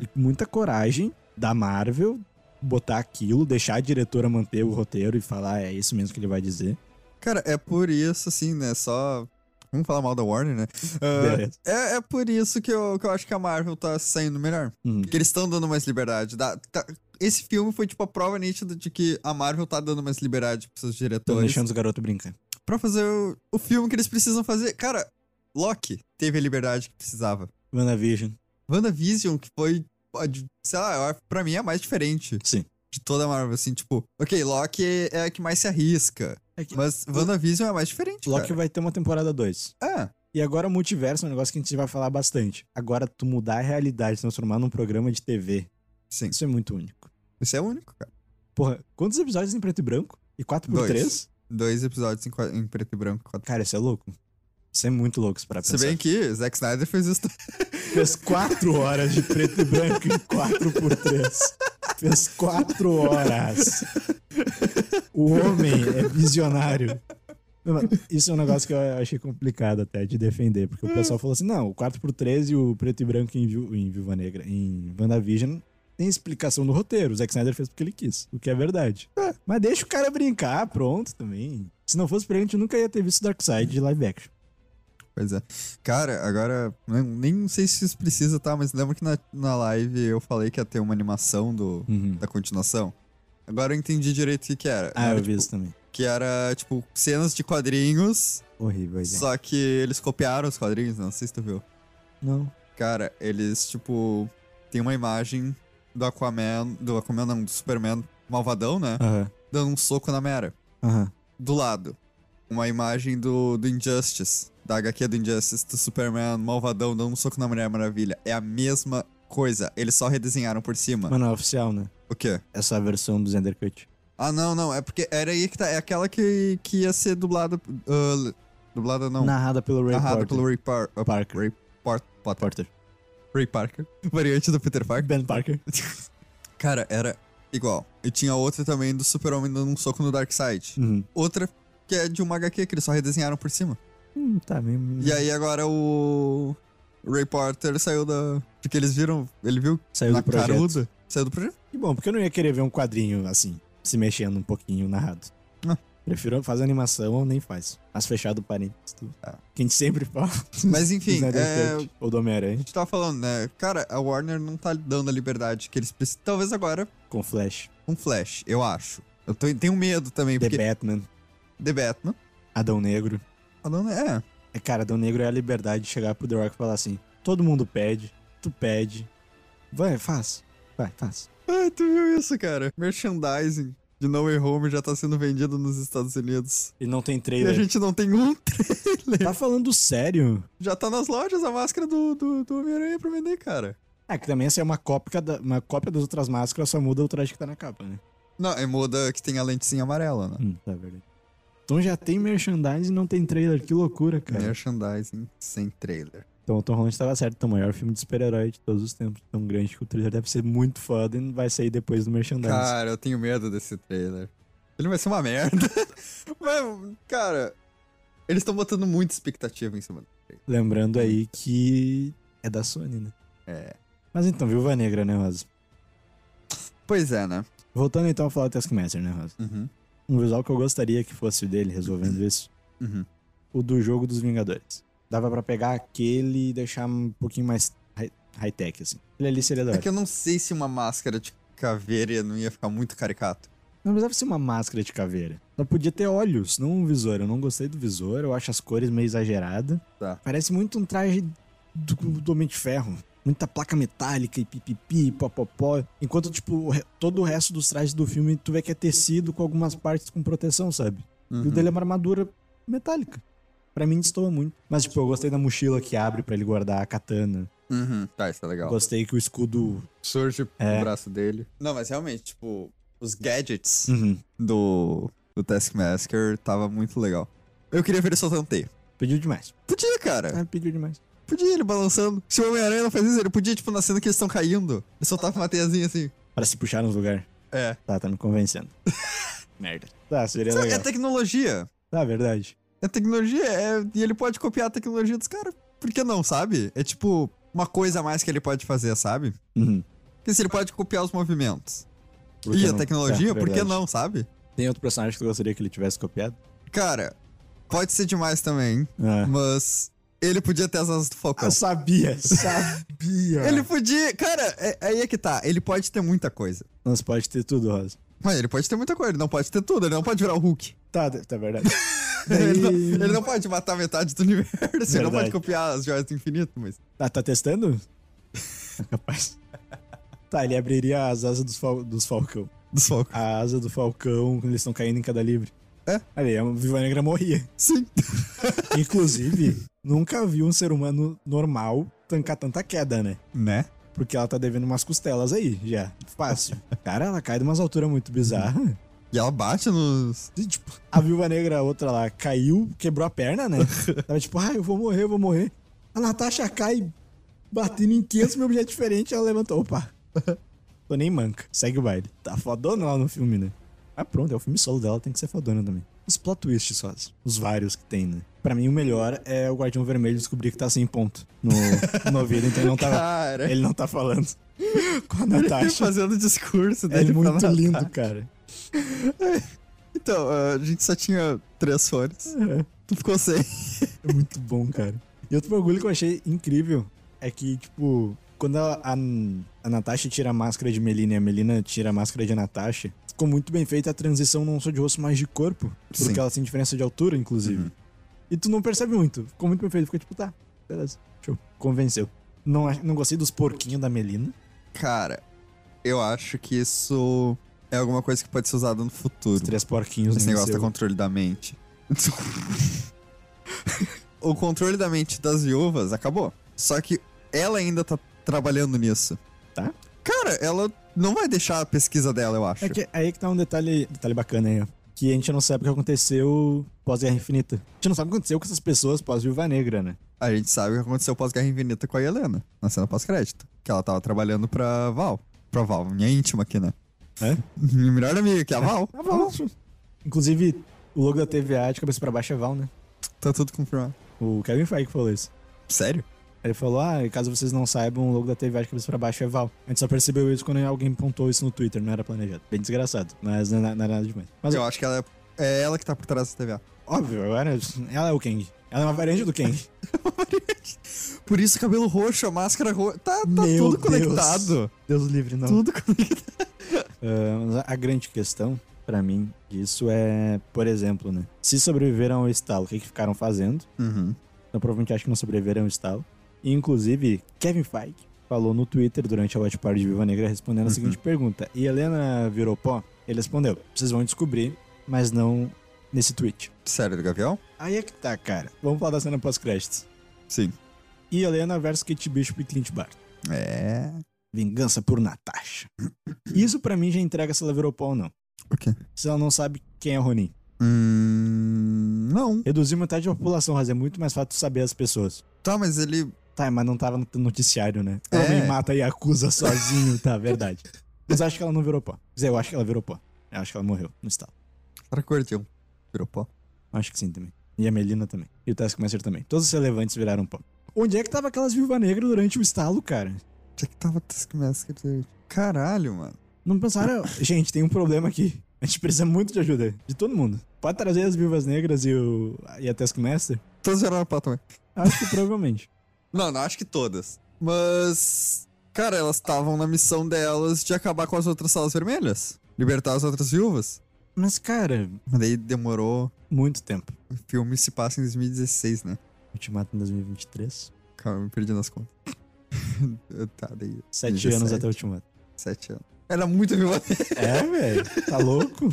E com muita coragem da Marvel botar aquilo, deixar a diretora manter o roteiro e falar é isso mesmo que ele vai dizer.
Cara, é por isso, assim, né? Só. Vamos falar mal da Warner, né? Ah,
Beleza.
é, é por isso que eu, que eu acho que a Marvel tá saindo melhor.
Hum.
Porque eles estão dando mais liberdade. Dá- tá- esse filme foi, tipo, a prova nítida de que a Marvel tá dando mais liberdade pros seus
Tô
diretores
deixando os garotos brincar.
pra fazer o, o filme que eles precisam fazer. Cara, Loki teve a liberdade que precisava.
WandaVision.
WandaVision, que foi, pode- sei lá, eu acho- pra mim é a mais diferente.
Sim.
De toda a Marvel, assim, tipo, ok, Loki é- é a que mais se arrisca.
É que-
Mas WandaVision é a mais diferente.
Loki
cara.
vai ter uma temporada 2.
É,
E agora o multiverso é um negócio que a gente vai falar bastante. Agora, tu mudar a realidade, se transformar num programa de TV,
sim.
isso é muito único.
Isso é único, cara.
Porra, quantos episódios em preto e branco? E 4x3?
Dois. Dois episódios em, qua- em preto e branco. Quatro.
Cara, isso é louco. Isso é muito louco isso pra
Se
pensar.
bem que Zack Snyder fez isso.
Fez quatro horas de preto e branco em 4 por 3 Fez quatro horas. O homem é visionário. Não, mas Isso é um negócio que eu achei complicado até de defender, porque o pessoal falou assim: não, o 4 por 3 e o preto e branco em, Viú- em Viúva Negra, em WandaVision, tem explicação do roteiro. O Zack Snyder fez porque ele quis, o que é verdade. Mas deixa o cara brincar, pronto também. Se não fosse pra ele, a gente nunca ia ter visto Darkseid de live action.
Pois é. Cara, agora, nem, nem sei se isso precisa, tá? Mas lembra que na, na live eu falei que ia ter uma animação do, da continuação? Agora eu entendi direito o que, que era.
Hum. Ah,
Era,
eu vi
tipo,
isso também.
Que era, tipo, cenas de quadrinhos,
Horrível a ideia.
só que eles copiaram os quadrinhos, não sei se tu viu.
Não.
Cara, eles, tipo, tem uma imagem do Aquaman, do Aquaman não, do Superman malvadão, né?
Aham.
Dando um soco na Mera.
Aham.
do lado uma imagem do, do Injustice, da HQ do Injustice, do Superman malvadão dando um soco na Mulher Maravilha. É a mesma coisa, eles só redesenharam por cima.
Mas não é oficial, né?
O quê?
Essa versão do Zender Cut.
Ah, não, não, é porque era aí que tá, é aquela que, que ia ser dublada, ah, dublada não,
Narrada pelo Ray
narrada
Porter.
pelo Ray, Par ah,
Parker.
Ray Por- Potter.
Porter.
Ray Parker, *laughs* variante do Peter Parker.
Ben Parker.
*laughs* Cara, era igual. E tinha outra também do Super-Homem dando um soco no Darkseid.
Uhum.
Outra que é de uma HQ que eles só redesenharam por cima.
Hum, tá mesmo.
E aí agora o Ray Porter saiu da. Porque eles viram. Ele viu
Saiu
na
do projeto.
caruda. Saiu do projeto.
Que bom, porque eu não ia querer ver um quadrinho assim, se mexendo um pouquinho narrado.
Ah.
Prefiro fazer animação ou nem faz. Mas fechado parênteses. tudo.
Ah.
Que a gente sempre fala. *laughs*
Mas
do
enfim,
Snyder
é,
Cut Ou do
a
Homem-Aranha,
gente tava falando, né? Cara, a Warner não tá dando a liberdade que eles precisam. Talvez agora
com Flash,
um Flash, eu acho. Eu tô- tenho medo também,
The
É porque.
Batman,
The Batman.
Adão Negro.
Ah, não, É.
É, Cara, Adão Negro é a liberdade de chegar pro The Rock e falar assim: todo mundo pede, tu pede. Vai, faz. Vai, faz.
Ah, tu viu isso, cara? Merchandising de No Way Home já tá sendo vendido nos Estados Unidos.
E não tem
E
trailer.
a gente não tem um trailer.
Tá falando sério?
Já tá nas lojas a máscara do, do, do Homem-Aranha pra vender, cara.
É, que também essa é uma cópia, da- uma cópia das outras máscaras, só muda o traje que tá na capa, né?
Não, é muda que tem a lentezinha amarela, né?
Hum, tá verdade. Então já tem merchandising e não tem trailer, que loucura,
É.
cara.
Merchandising sem trailer.
Então o Tom Holland tava certo, tá o maior filme de super-herói de todos os tempos, tão grande que o trailer deve ser muito foda e vai sair depois do merchandising.
Cara, eu tenho medo desse trailer. Ele vai ser uma merda. *laughs* Mas, cara, eles estão botando muita expectativa em cima. dele.
Lembrando aí que é da Sony, né?
É.
Mas então, Viúva Negra, né, Rosa?
Pois é, né?
Voltando então a falar do Taskmaster, né, Rosa?
Uhum.
Um visual que eu gostaria que fosse o dele, resolvendo isso,
Uhum.
o do jogo dos Vingadores. Dava pra pegar aquele e deixar um pouquinho mais hi- high-tech, assim. Ele ali seria da
É
hora.
que eu não sei se uma máscara de caveira não ia ficar muito caricato.
Não precisava ser uma máscara de caveira. Só podia ter olhos, não um visor. Eu não gostei do visor, eu acho as cores meio exageradas.
Tá.
Parece muito um traje do, do Homem de Ferro. muita placa metálica e pipipi, popopó. Enquanto, tipo, o re- todo o resto dos trajes do filme tu vê que é tecido com algumas partes com proteção, sabe?
Uhum.
E o dele é uma armadura metálica. Pra mim destoa muito. Mas, tipo, eu gostei da mochila que abre pra ele guardar a katana.
Uhum. Tá, isso tá legal.
Gostei que o escudo.
Surge
É.
o braço dele. Não, mas realmente, tipo, os gadgets
Uhum.
do, do Taskmaster tava muito legal. Eu queria ver ele soltando teia.
Pediu demais.
Podia, cara.
Ah, pediu demais.
Podia ele balançando. Se o Homem-Aranha não faz isso, ele podia, tipo, na cena que eles estão caindo. Ele soltava uma teiazinha assim.
Pra se puxar nos lugares.
É.
Tá, tá me
*laughs*
convencendo. Merda. Tá, seria
Sabe, é
legal.
tecnologia.
Tá, verdade.
É tecnologia. É... E ele pode copiar a tecnologia dos caras. Por que não, sabe? É tipo uma coisa a mais que ele pode fazer, sabe?
Uhum.
Porque se ele pode copiar os movimentos.
Por que
e a
não?
tecnologia,
É,
por que
verdade.
não, sabe?
Tem outro personagem que tu gostaria que ele tivesse copiado?
Cara, pode ser demais também,
Ah.
mas ele podia ter as asas do Falcão. É.
Eu sabia, Tá. *laughs* sabia.
Ah, Ele podia. Cara, é- aí é que tá. Ele pode ter muita coisa.
Nós pode ter tudo, Rosa.
Mas ele pode ter muita coisa. Ele não pode ter tudo. Ele não pode virar o Hulk.
Tá, tá verdade.
*laughs* Ele, não,
Daí-
ele não pode matar metade do universo. Ele não
Verdade.
pode copiar as joias do infinito, mas.
Tá, tá testando? *laughs* Capaz. Tá, ele abriria as asas dos, fal- dos Falcão.
Do Falcão.
A asa do Falcão, quando eles estão caindo em cada livre.
É.
Ali, a Viva Negra morria.
Sim.
Inclusive, nunca vi um ser humano normal tancar tanta queda, né?
Né?
Porque ela tá devendo umas costelas aí, já. Fácil. Cara, ela cai de umas alturas muito bizarras.
E ela bate nos.
E, *laughs* tipo, a viúva negra, a outra lá, caiu, quebrou a perna, né? Tava tipo, ah, eu vou morrer, eu vou morrer. A Natasha cai batendo em 500 mil objetos diferentes, ela levantou, opa. Tô nem manca, segue o baile. Tá fodona lá no filme, né? Ah, pronto, é o filme solo dela, tem que ser fodona também. Os plot twists só, os vários que tem, né? Pra mim, o melhor é o Guardião Vermelho descobrir que tá sem ponto no, no ouvido, então ele não tá,
Cara.
ele não tá falando com a
Ele
Natasha.
*laughs* fazendo o discurso
É
dele. pra
muito
matar.
lindo, cara.
Então, a gente só tinha três fones.
É.
Tu ficou sem.
É muito bom, cara. E outro bagulho que eu achei incrível é que, tipo, quando a, a, a Natasha tira a máscara de Melina e a Melina tira a máscara de Natasha, ficou muito bem feita a transição não só de rosto, mas de corpo. Porque
Sim. Uhum.
elas têm diferença de altura, inclusive. E tu não percebe muito. Ficou muito bem feito. Fica tipo, tá, beleza. Show. Convenceu. Não, ach- não gostei dos porquinhos da Melina.
Cara, eu acho que isso é alguma coisa que pode ser usada no futuro.
Os três porquinhos
Esse
nem
negócio tá
sei
do controle da mente. *laughs* o controle da mente das viúvas acabou. Só que ela ainda tá trabalhando nisso.
Tá.
Cara, ela não vai deixar a pesquisa dela, eu acho.
É que aí que tá um detalhe, detalhe bacana aí, ó. Que a gente não sabe o que aconteceu pós-Guerra Infinita. A gente não sabe o que aconteceu com essas pessoas pós-Viúva Negra, né?
A gente sabe o que aconteceu pós-Guerra Infinita com a Helena, na cena pós-crédito. Que ela tava trabalhando pra Val. Pra Val, minha íntima aqui, né?
É?
*laughs* Minha melhor amiga, que é a Val.
Ah, Val. Inclusive, o logo da TVA de cabeça pra baixo é Val, né?
Tá tudo confirmado.
O Kevin Feige falou isso.
Sério?
Ele falou, ah, caso vocês não saibam, o logo da TVA de cabeça pra baixo é Val. A gente só percebeu isso quando alguém pontou isso no Twitter, não era planejado. Bem desgraçado, mas não é, não é nada demais. Mas
eu acho que ela é, é ela que tá por trás da TVA.
óbvio, agora ela é o Kang. Ela é uma variante do
*laughs*
Kang.
Tá Por isso, cabelo roxo, a máscara roxa. Tá, tá
Meu
tudo
Deus.
conectado.
Deus livre, não.
Tudo conectado.
Ah, mas a- a grande questão, pra mim, disso é, por exemplo, né? Se sobreviveram ao estalo, o que, que ficaram fazendo?
Uhum.
Então provavelmente acho que não sobreviveram ao estalo. E, inclusive, Kevin Feige falou no Twitter durante a Watch Party de Viva Negra respondendo a seguinte pergunta. E Helena virou pó? Ele respondeu, vocês vão descobrir, mas não nesse tweet.
Sério, do Gavião?
Aí é que tá, cara. Vamos falar da cena pós-créditos.
Sim.
E Helena versus Kate Bishop e Clint Barton.
É.
Vingança por Natasha. Isso pra mim já entrega se ela virou pó ou não.
O quê?
Se ela não sabe quem é Ronin.
Hum. Não.
Reduzir metade da população, Raz, é muito mais fácil tu saber as pessoas.
Tá, mas ele.
Tá, mas não tava no noticiário, né?
É.
Ela me mata e acusa sozinho, tá, verdade. Mas eu acho que ela não virou pó. Quer dizer, eu acho que ela virou pó. Eu acho que ela morreu no estalo.
Era cordião. Virou pó.
Acho que sim também. E a Melina também. E o Taskmaster também. Todos os relevantes viraram pó. Onde é que tava aquelas viúva negra durante o estalo, cara?
Onde é que tava Task Mask? Caralho, mano.
Não pensaram, *laughs* gente, tem um problema aqui. A gente precisa muito de ajuda. De todo mundo. Pode trazer as viúvas negras e, o, e a Taskmaster?
Todas viraram pó também.
Acho que provavelmente.
Não, não acho que todas. Mas. Cara, elas estavam na missão delas de acabar com as outras salas vermelhas. Libertar as outras viúvas.
Mas, cara,
Mas daí demorou.
muito tempo.
O filme se passa em 2016, né?
Ultimato em 2023.
Calma, eu me perdi nas contas. *laughs* tá, daí.
Sete
17,
anos até o Ultimato.
Sete anos. Era muito violento.
É, velho. Tá louco?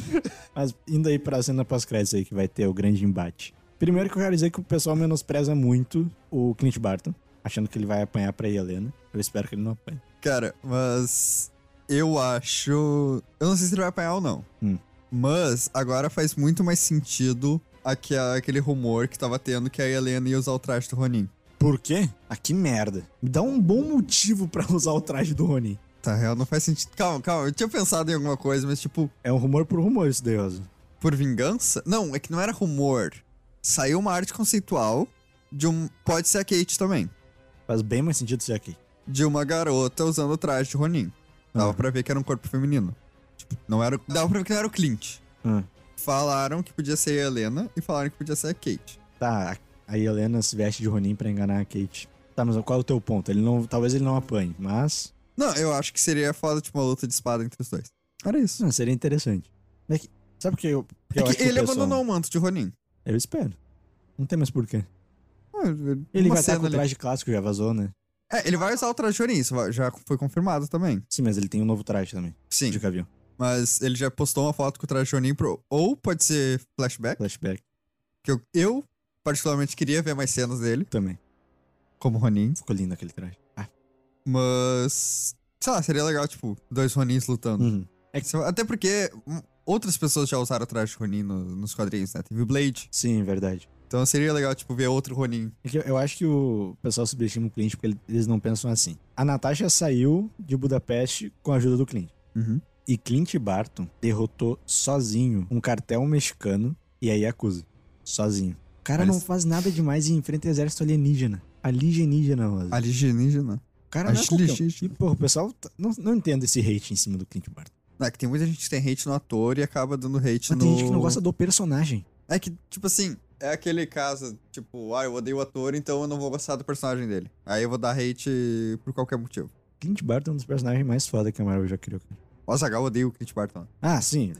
Mas indo aí pra cena pós-crédito aí que vai ter o grande embate. Primeiro que eu quero dizer que o pessoal menospreza muito o Clint Barton, achando que ele vai apanhar pra Helena. Eu espero que ele não apanhe.
Cara, mas eu acho. Eu não sei se ele vai apanhar ou não.
Hum.
Mas agora faz muito mais sentido aque- aquele rumor que tava tendo que a Helena ia usar o traje do Ronin.
Por quê? Ah, que merda. Me dá um bom motivo pra usar o traje do Ronin.
Tá real, não faz sentido. Calma, calma, eu tinha pensado em alguma coisa, mas tipo,
É um rumor por rumor isso daí, Oz.
por vingança? Não, é que não era rumor. Saiu uma arte conceitual de um. Pode ser a Kate também.
Faz bem mais sentido ser aqui.
de uma garota usando o traje de Ronin. Dava
Ah.
pra ver que era um corpo feminino. Tipo, não era. Dava pra ver que não era o Clint.
Ah.
Falaram que podia ser a Helena e falaram que podia ser a Kate.
Tá, a Helena se veste de Ronin pra enganar a Kate. Tá, mas qual é o teu ponto? Ele não, talvez ele não apanhe, mas
Não, eu acho que seria foda, tipo, uma luta de espada entre os dois. Era isso.
não, Hum, seria interessante. É que- sabe por que eu, porque eu
é
acho
que
o
ele
pessoal-
abandonou o manto de Ronin.
Eu espero. Não tem mais porquê.
Ah,
Ele
uma
vai estar
cena
com o
ali.
traje clássico, já vazou, né?
É, ele vai usar o traje de Ronin, isso vai- já foi confirmado também.
Sim, mas ele tem um novo traje também,
Sim.
de Gavião.
Mas ele já postou uma foto com o traje de Ronin pro. Ou pode ser flashback,
Flashback
que eu, eu particularmente queria ver mais cenas dele,
também.
como Ronin.
Ficou lindo aquele traje. Ah,
Mas. Sei lá, seria legal, tipo, dois Ronins lutando.
uhum.
Até porque hum, outras pessoas já usaram o traje de Ronin no- nos quadrinhos, né? Teve o Blade.
Sim, verdade.
Então seria legal, tipo, ver outro Ronin.
É que eu- eu acho que o pessoal subestima o Clint porque ele- eles não pensam assim. A Natasha saiu de Budapeste com a ajuda do Clint.
Uhum.
E Clint Barton derrotou sozinho um cartel mexicano e a Yakuza. Sozinho. O cara
Olha
não
isso.
faz nada demais e enfrenta exército alienígena. Alienígena, Rosa.
Alienígena.
O cara não é qualquer um.
Alienígena.
E, porra, o pessoal tá- não, não entende esse hate em cima do Clint Barton.
É que tem muita gente que tem hate no ator e acaba dando
Mas
hate no.
tem gente que não gosta do personagem.
É que, tipo assim, é aquele caso, tipo, ah, eu odeio o ator, então eu não vou gostar do personagem dele. Aí eu vou dar hate por qualquer motivo.
Clint Barton é um dos personagens mais foda que a Marvel já criou. cara.
O Azaghal odeia o Clint Barton.
Ah, sim.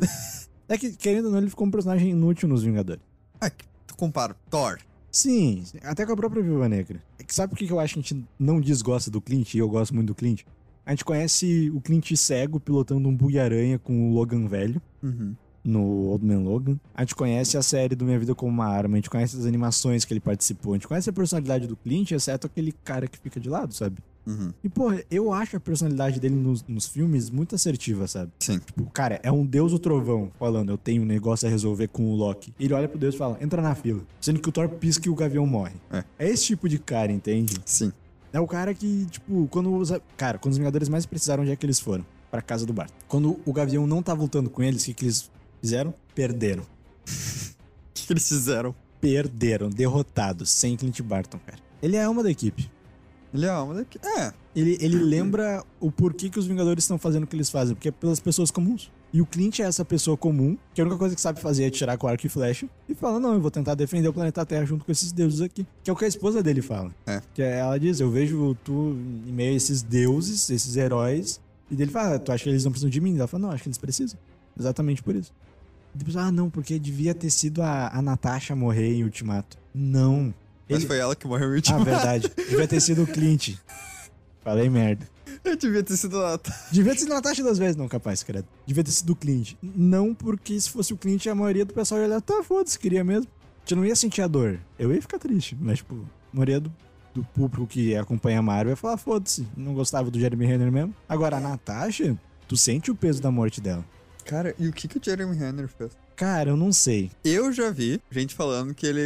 é que, querendo ou não, ele ficou um personagem inútil nos Vingadores.
É que tu compara Thor.
Sim, até com a própria Viúva Negra. É que sabe por que que eu acho que a gente não desgosta do Clint e eu gosto muito do Clint? A gente conhece o Clint cego pilotando um bug-aranha com o Logan velho,
Uhum.
no Old Man Logan. A gente conhece a série do Minha Vida Como Uma Arma, a gente conhece as animações que ele participou, a gente conhece a personalidade do Clint, exceto aquele cara que fica de lado, sabe?
Uhum.
E, porra, eu acho a personalidade dele nos, nos filmes muito assertiva, sabe?
Sim.
Tipo, cara, é um deus do trovão falando, eu tenho um negócio a resolver com o Loki. Ele olha pro deus e fala, entra na fila. Sendo que o Thor pisca e o Gavião morre.
É.
esse tipo de cara, entende?
Sim.
É o cara que, tipo, quando os... Cara, quando os Vingadores mais precisaram, onde é que eles foram? Pra casa do Bart. Quando o Gavião não tava lutando com eles, o que, que eles fizeram? Perderam.
O que que eles fizeram?
Perderam. Derrotados. Sem Clint Barton, cara. Ele é a alma da equipe.
Ele é alma daqui. É,
Ele, ele lembra o porquê que os Vingadores estão fazendo o que eles fazem, porque é pelas pessoas comuns. E o Clint é essa pessoa comum, que a única coisa que sabe fazer é tirar com arco e flecha, e fala: Não, eu vou tentar defender o planeta Terra junto com esses deuses aqui. Que é o que a esposa dele fala.
É.
Que ela diz: Eu vejo tu em meio a esses deuses, esses heróis. E dele fala: Tu acha que eles não precisam de mim? Ela fala: Não, acho que eles precisam. Exatamente por isso. E depois, ah, não, porque devia ter sido a, a Natasha morrer em Ultimato. Não.
mas
Ele-
foi ela que morreu em
Ah,
último.
verdade. Devia ter sido o Clint. Falei merda.
Eu *laughs* devia ter sido lá. tá?
Devia ter sido Natasha duas vezes, não, capaz, credo. Devia ter sido o Clint. Não porque se fosse o Clint, a maioria do pessoal ia olhar, tá, foda-se, queria mesmo. A gente não ia sentir a dor. Eu ia ficar triste, mas, tipo, a maioria do, do público que acompanha a Marvel ia falar, foda-se, não gostava do Jeremy Renner mesmo. Agora, a Natasha, tu sente o peso da morte dela.
Cara, e o que, que o Jeremy Renner fez?
Cara, eu não sei.
Eu já vi gente falando que ele.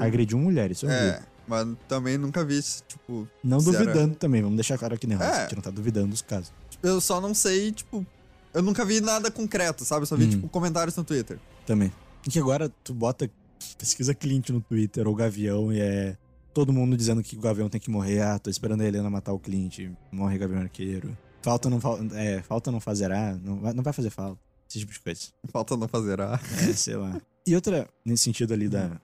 Agrediu mulher, isso eu vi.
É, mas também nunca vi isso. Tipo,
Não
Zero.
duvidando também, vamos deixar claro aqui, né? Ross?
É.
A gente não tá duvidando dos casos.
eu só não sei, tipo. Eu nunca vi nada concreto, sabe? Eu só vi,
Hum.
tipo, comentários no Twitter. *laughs*
Também. E que agora tu bota, pesquisa Clint no Twitter ou Gavião e é todo mundo dizendo que o Gavião tem que morrer. Ah, tô esperando a Helena matar o Clint. Morre Gavião Arqueiro. Falta não, fal- é, falta não fazerá. Não vai, não vai fazer falta. Esse tipo de coisa.
Falta não fazer a. *laughs*
É, *laughs* sei lá. E outra, nesse sentido ali da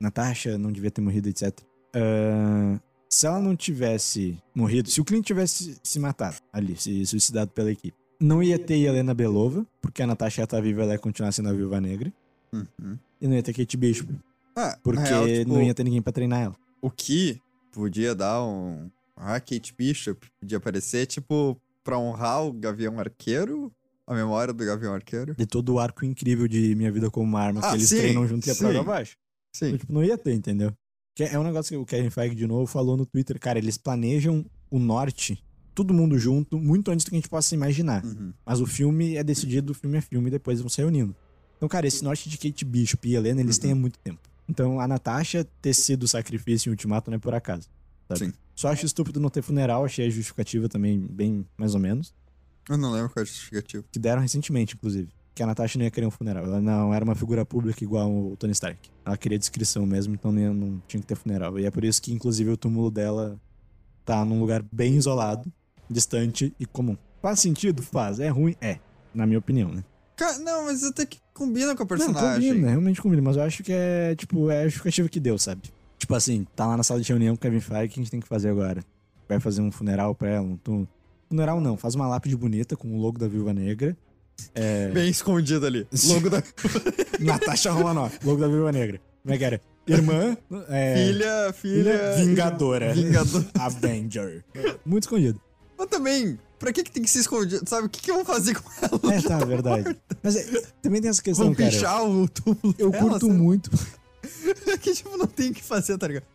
Natasha não devia ter morrido, etc. Ah, se ela não tivesse morrido, se o Clint tivesse se matado ali, se suicidado pela equipe, não ia ter Helena Belova, porque a Natasha ia estar viva ela ia continuar sendo a Viúva Negra.
Uhum.
E não ia ter Kate Bishop,
Ah, na
porque
real, tipo,
não ia ter ninguém pra treinar ela.
O que podia dar um. a Kate Bishop podia aparecer, tipo, pra honrar o Gavião Arqueiro, a memória do Gavião Arqueiro.
De todo o arco incrível de Minha Vida Como Arma,
Ah,
que eles
sim,
treinam junto e é pra
sim.
água abaixo.
Sim.
Então, tipo, não ia ter, entendeu? Que é um negócio que o Kevin Feige, de novo, falou no Twitter. Cara, eles planejam o norte, todo mundo junto, muito antes do que a gente possa imaginar.
Uhum.
Mas o filme é decidido, filme é filme, e depois vão se reunindo. Então, cara, esse norte de Kate Bishop e Helena, eles
Uhum.
têm há muito tempo. Então, a Natasha ter sido o sacrifício em Ultimato não é por acaso. Sabe?
Sim.
Só acho estúpido não ter funeral, achei a justificativa também bem mais ou menos.
Eu não lembro qual é o justificativo.
Que deram recentemente, inclusive. Que a Natasha não ia querer um funeral. Ela não era uma figura pública igual o Tony Stark. Ela queria descrição mesmo, então não, ia- não tinha que ter funeral. E é por isso que, inclusive, o túmulo dela tá num lugar bem isolado, distante e comum. Faz sentido? Faz. É ruim? É. Na minha opinião, né?
Ca- Não, mas até que combina com a
Não,
personagem.
combina, né? realmente combina, mas eu acho que é, tipo, é a justificativa que deu, sabe? Tipo assim, tá lá na sala de reunião com o Kevin Feige, o que a gente tem que fazer agora? Vai fazer um funeral pra ela, um túmulo? Funeral não, faz uma lápide bonita com o logo da Viúva Negra. É,
Bem
*laughs*
escondido ali. Logo da
Natasha Romanoff, logo da Viúva Negra. Como é que era? Irmã, é,
filha, um filha.
Vingadora.
Vingadora.
*laughs* Avenger. Muito escondido.
Mas também, pra que, que tem que se esconder? Sabe, o que, que eu vou fazer com
*laughs*
ela?
É, tá, verdade. Mas é, também tem essa questão,
Vão
cara.
pichar o túmulo.
Eu
dela,
curto
sabe?
muito. *laughs*
que, tipo, não tem o que fazer, tá ligado?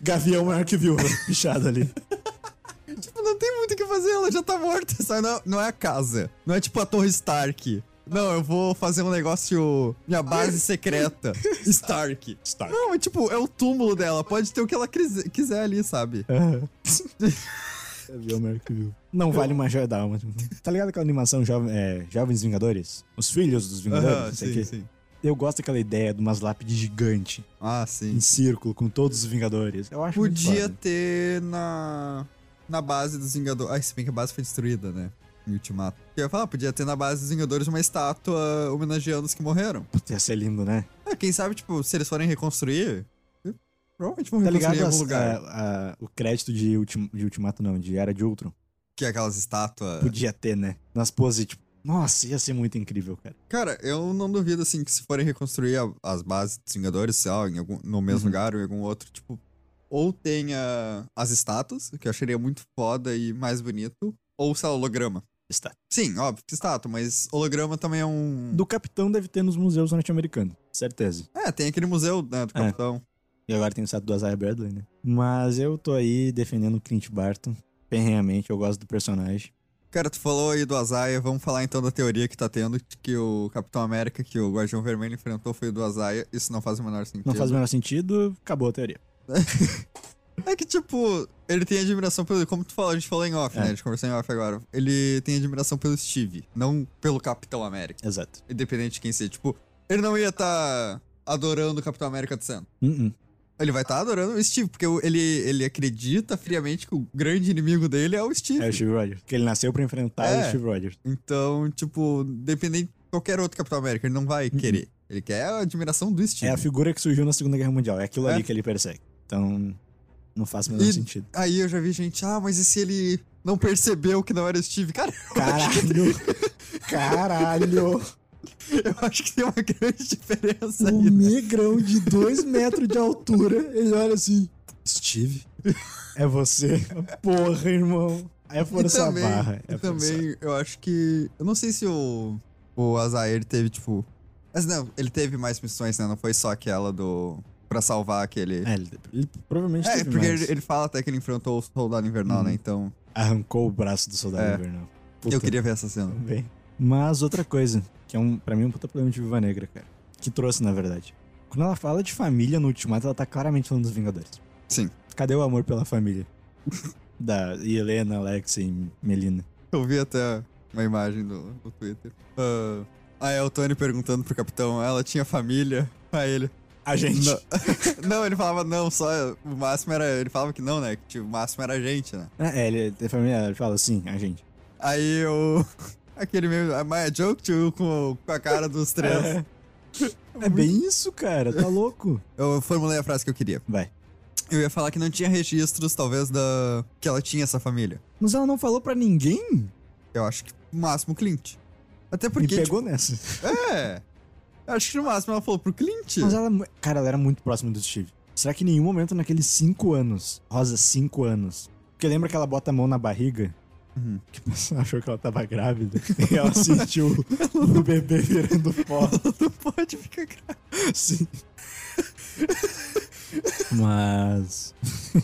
Gavião maior que viúva, pichado ali.
Tipo, não tem muito o que fazer, ela já tá morta, sabe? Não, não é a casa. Não é tipo a Torre Stark. Não, eu vou fazer um negócio.
*laughs*
Minha base secreta. Stark.
Stark.
Não, é tipo, é o túmulo dela. Pode ter o que ela quise- quiser ali, sabe?
Gavião maior que viúva. Não vale uma joia da alma. Tá ligado aquela animação Jove- é, Jovens Vingadores? Os filhos dos Vingadores?
Aham,
não sei o
sim,
quê.
sim.
Eu gosto daquela ideia de umas lápides gigantes
Ah,
em
sim.
círculo com todos os Vingadores. Eu acho muito
Podia
foda.
ter na. Na base dos Vingadores. Ah, se bem que a base foi destruída, né? Em Ultimato. Eu ia falar, podia ter na base dos Vingadores uma estátua homenageando os que morreram.
Puta, ia ser lindo, né?
Ah, quem sabe, tipo, se eles forem reconstruir. Provavelmente vão
Tá
reconstruir
ligado
em algum
as-
lugar.
a- a- o crédito de, ultim- de Ultimato, não, de Era de Ultron?
Que é aquelas estátuas.
Podia ter, né? Nas poses, tipo, nossa, ia ser muito incrível, cara.
Cara, eu não duvido, assim, que se forem reconstruir a- as bases dos Vingadores, sei lá, em algum, no mesmo
Uhum.
lugar ou em algum outro, tipo, ou tenha as estátuas, que eu acharia muito foda e mais bonito, ou, sei lá, holograma.
Está.
Sim, óbvio que estátua, mas holograma também é um.
Hum. Do Capitão deve ter nos museus norte-americanos, certeza.
É, tem aquele museu né, do
É.
Capitão.
E agora tem o sato do Isaiah Bradley, né? Mas eu tô aí defendendo o Clint Barton, ferrenhamente, eu gosto do personagem.
Cara, tu falou aí do Azaia, vamos falar então da teoria que tá tendo de que o Capitão América que o Guardião Vermelho enfrentou foi o do Azaia. Isso não faz o menor sentido.
Não faz o menor sentido, acabou a teoria.
É que, tipo, ele tem admiração pelo. Como tu falou, a gente falou em off,
É.
né? A gente conversou em off agora. Ele tem admiração pelo Steve, não pelo Capitão América.
Exato.
Independente de quem seja. Tipo, ele não ia tá adorando o Capitão América do Sam.
Uh -uh.
Ele vai estar tá adorando o Steve, porque o- ele, ele acredita friamente que o grande inimigo dele é o Steve.
É
*laughs*
o Steve Rogers. Porque ele nasceu pra enfrentar
É.
o Steve Rogers.
Então, tipo, independente de qualquer outro Capitão América, ele não vai querer. Ele quer a admiração do Steve.
Hum. É a figura que surgiu na Segunda Guerra Mundial. É aquilo
É.
ali que ele persegue. Então, não faz o menor
E-
sentido.
Aí eu já vi gente, ah, mas e se ele não percebeu que não era o Steve? Cara, *laughs*
Caralho! Caralho!
eu acho que tem uma grande diferença
Um
aí. né?
negrão de 2 metros de altura, ele olha assim: Steve, é você? Porra, irmão. É força
e também,
a barra. É força.
e também eu acho que. Eu não sei se o. O Azair ele teve, tipo. Mas não, ele teve mais missões, né? Não foi só aquela do. Pra salvar aquele.
É, ele, ele provavelmente
É,
teve
porque
mais.
ele, ele fala até que ele enfrentou o soldado invernal, né? Então.
arrancou o braço do soldado
É.
invernal.
Eu
Puta,
queria ver essa cena.
Bem. Mas outra coisa, que é um, pra mim um puta problema de Viva Negra, cara. Que trouxe, na verdade. Quando ela fala de família no Ultimato, ela tá claramente falando dos Vingadores.
Sim.
Cadê o amor pela *laughs* família? da Helena, Alex e Melina.
Eu vi até uma imagem do, do Twitter. Ah, aí é o Tony perguntando pro capitão, ela tinha família? Aí ele.
A gente.
Não. não, *laughs* ele falava não, só. O máximo era. Ele falava que não, né? Que tipo, o máximo era a gente, né?
É, ele tem família, ele fala assim, a gente.
Aí o. *laughs* Aquele mesmo. A Maya é Joke to you com, com a cara dos três.
É bem isso, cara, *laughs* tá louco.
Eu formulei a frase que eu queria.
Vai.
Eu ia falar que não tinha registros, talvez, da. que ela tinha essa família.
Mas ela não falou pra ninguém?
Eu acho que no máximo o Clint. Até
Me
porque.
pegou nessa.
tipo, é. Eu acho que no máximo ela falou pro Clint.
Mas ela, cara, ela era muito próxima do Steve. Será que em nenhum momento naqueles cinco anos, Rosa, cinco anos, porque lembra que ela bota a mão na barriga?
Uhum.
Que o pessoal achou que ela tava grávida. *laughs* E ela sentiu o bebê virando pó.
Não pode ficar grávida. *laughs*
Sim. Mas.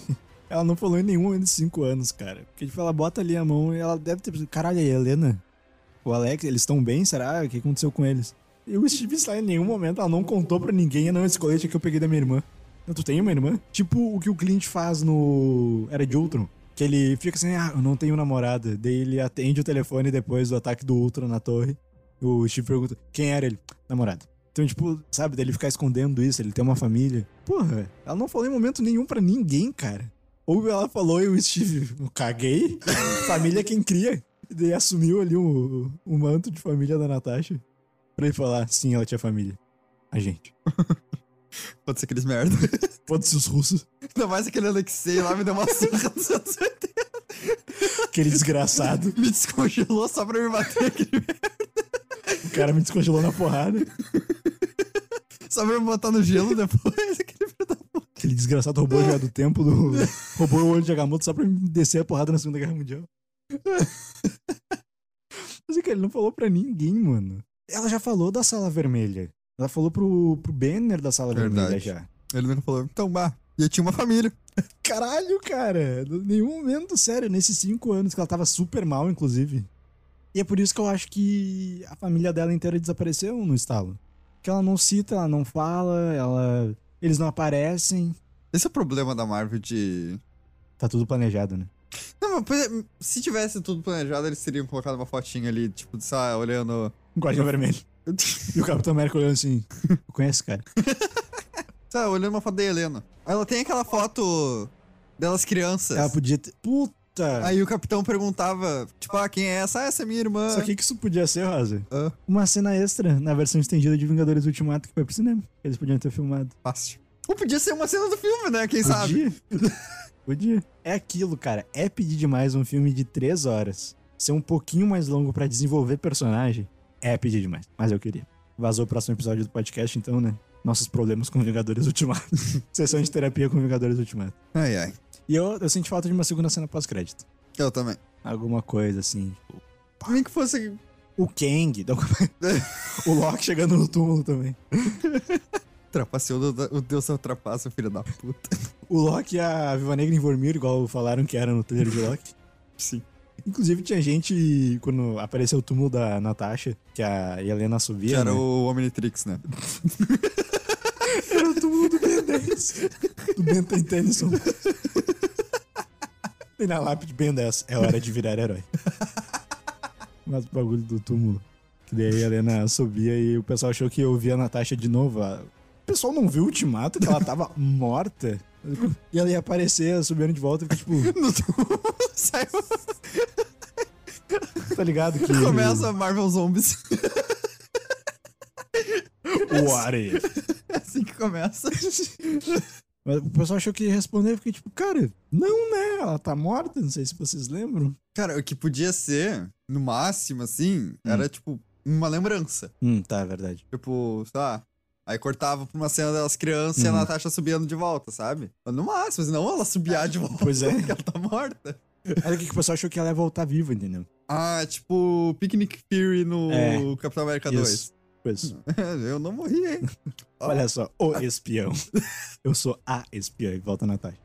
*laughs* ela não falou em nenhum ano de 5 anos, cara. Porque tipo, ela bota ali a mão e ela deve ter pensado, caralho, a Helena, o Alex, eles estão bem? Será? O que aconteceu com eles? E o Steve Stein, em nenhum momento, ela não contou pra ninguém, é não, esse colete que eu peguei da minha irmã. Não, tu tem uma irmã? Tipo o que o Clint faz no. Era de Ultron. Que ele fica assim, ah, eu não tenho namorada. Daí ele atende o telefone depois do ataque do Ultron na torre. O Steve pergunta, quem era ele? Namorada. Então, tipo, sabe, dele ficar escondendo isso, ele tem uma família. Porra, ela não falou em momento nenhum pra ninguém, cara. Ou ela falou e o Steve, "Eu caguei? *laughs* família é quem cria. E daí assumiu ali o, o manto de família da Natasha. Pra ele falar, sim, ela tinha família. A gente.
Pode ser aqueles merda.
Foda-se os russos.
Ainda mais aquele Alexei lá me deu uma *laughs* surra nos anos 80.
Aquele desgraçado.
Me descongelou só pra me bater aquele
O cara me descongelou na porrada.
Só pra me botar no gelo depois. *laughs* Aquele filho da puta.
Aquele desgraçado roubou já do tempo do. roubou o olho de Agamotto só pra me descer a porrada na Segunda Guerra Mundial. Mas é que ele não falou pra ninguém, mano. Ela já falou da sala vermelha. Ela falou pro, pro Banner da sala vermelha
Verdade.
já.
Ele nunca falou, então, bah, e eu tinha uma família.
Caralho, cara. Em nenhum momento, sério, nesses cinco anos que ela tava super mal, inclusive. E é por isso que eu acho que a família dela inteira desapareceu no estalo. Que ela não cita, ela não fala, ela. Eles não aparecem.
Esse é o problema da Marvel de.
Tá tudo planejado, né?
Não, mas pois é, se tivesse tudo planejado, eles teriam colocado uma fotinha ali, tipo, sei lá, olhando.
Guardião Vermelho. E o Capitão América olhando assim. Eu conheço, cara.
Sei lá, olhando uma foto da Helena. Ela tem aquela foto delas crianças.
Ela podia ter. Puta!
Aí o capitão perguntava, tipo, ah, quem é essa? Ah, essa é minha irmã.
Só que o que isso podia ser, Rosa?
Ah,
Uma cena extra na versão estendida de Vingadores Ultimato que foi pro cinema. Eles podiam ter filmado.
fácil. Ou podia ser uma cena do filme, né? Quem sabe?
Podia? *laughs* podia. É aquilo, cara. É pedir demais um filme de três horas. Ser um pouquinho mais longo pra desenvolver personagem. É pedir demais. Mas eu queria. Vazou o próximo episódio do podcast, então, né? Nossos problemas com Vingadores *laughs* Ultimato. Sessão de terapia com Vingadores Ultimato.
Ai, ai.
E eu, eu senti falta de uma segunda cena pós-crédito.
Eu também.
Alguma coisa assim. tipo,
Nem que fosse.
O Kang. *laughs* da- o Loki chegando no túmulo também.
Trapaceou do- o Deus da trapaça, filho da puta.
O Loki e a Viva Negra em Vormir, igual falaram que era no trailer de Loki.
*laughs* Sim.
Inclusive tinha gente, quando apareceu o túmulo da Natasha, que a Helena
Que
subia,
era
né?
o Omnitrix, né?
era o túmulo *laughs* do Ben 10. do Ben Tennyson. E na lápide Ben 10, é hora de virar herói. Mas o bagulho do túmulo. Que daí a Helena subia e o pessoal achou que eu via a Natasha de novo. a- O pessoal não viu o ultimato, que ela tava *laughs* morta. E ela ia aparecer subindo de volta e ficou tipo...
No Saiu.
Tá ligado que.
*laughs* Começa a Marvel Zombies. *laughs*
o Are.
É assim que começa.
Mas o pessoal achou que ia responder, eu fiquei tipo, cara, não, né? Ela tá morta, não sei se vocês lembram.
Cara, o que podia ser, no máximo, assim, era tipo uma lembrança.
Hum, tá, é verdade.
Tipo, sei lá. Aí cortava pra uma cena delas crianças
Uhum.
e a Natasha subindo de volta, sabe? No máximo, senão ela subia de volta.
Pois
*laughs*
é.
Porque ela tá morta.
Era o que o pessoal achou que ela ia voltar viva, entendeu?
Ah, tipo, Picnic Fury no
É.
Capitão América
Isso. Pois,
2. *laughs* Eu não morri, hein?
olha só, o
*laughs*
espião. eu sou a espiã e volta a Natasha.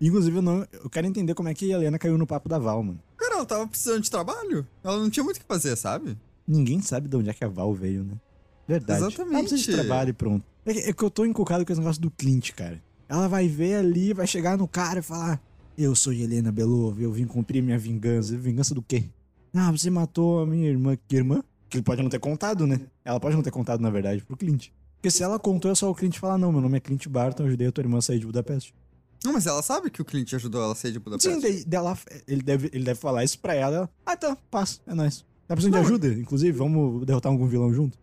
Inclusive, eu, não, eu quero entender como é que a Helena caiu no papo da Val, mano.
Cara, ela tava precisando de trabalho. Ela não tinha muito o que fazer, sabe?
Ninguém sabe de onde é que a Val veio, né? Verdade.
Exatamente.
Ela precisa de trabalho e pronto. É que, é que eu tô encucado com esse negócio do Clint, cara. Ela vai ver ali, vai chegar no cara e falar: Eu sou Helena Belova, eu vim cumprir minha vingança. Vingança do quê? Ah, você matou a minha irmã. Que irmã? Que ele pode não ter contado, né? Ela pode não ter contado, na verdade, pro Clint. Porque se ela contou, é só o Clint falar: Não, meu nome é Clint Barton, eu ajudei a tua irmã a sair de Budapeste.
Não, mas ela sabe que o Clint ajudou ela a sair de Budapeste.
Sim, daí- dela, ele, deve, ele deve falar isso pra ela. ela ah, tá, passa, é nóis. Tá precisando de ajuda, inclusive? Vamos derrotar algum vilão junto?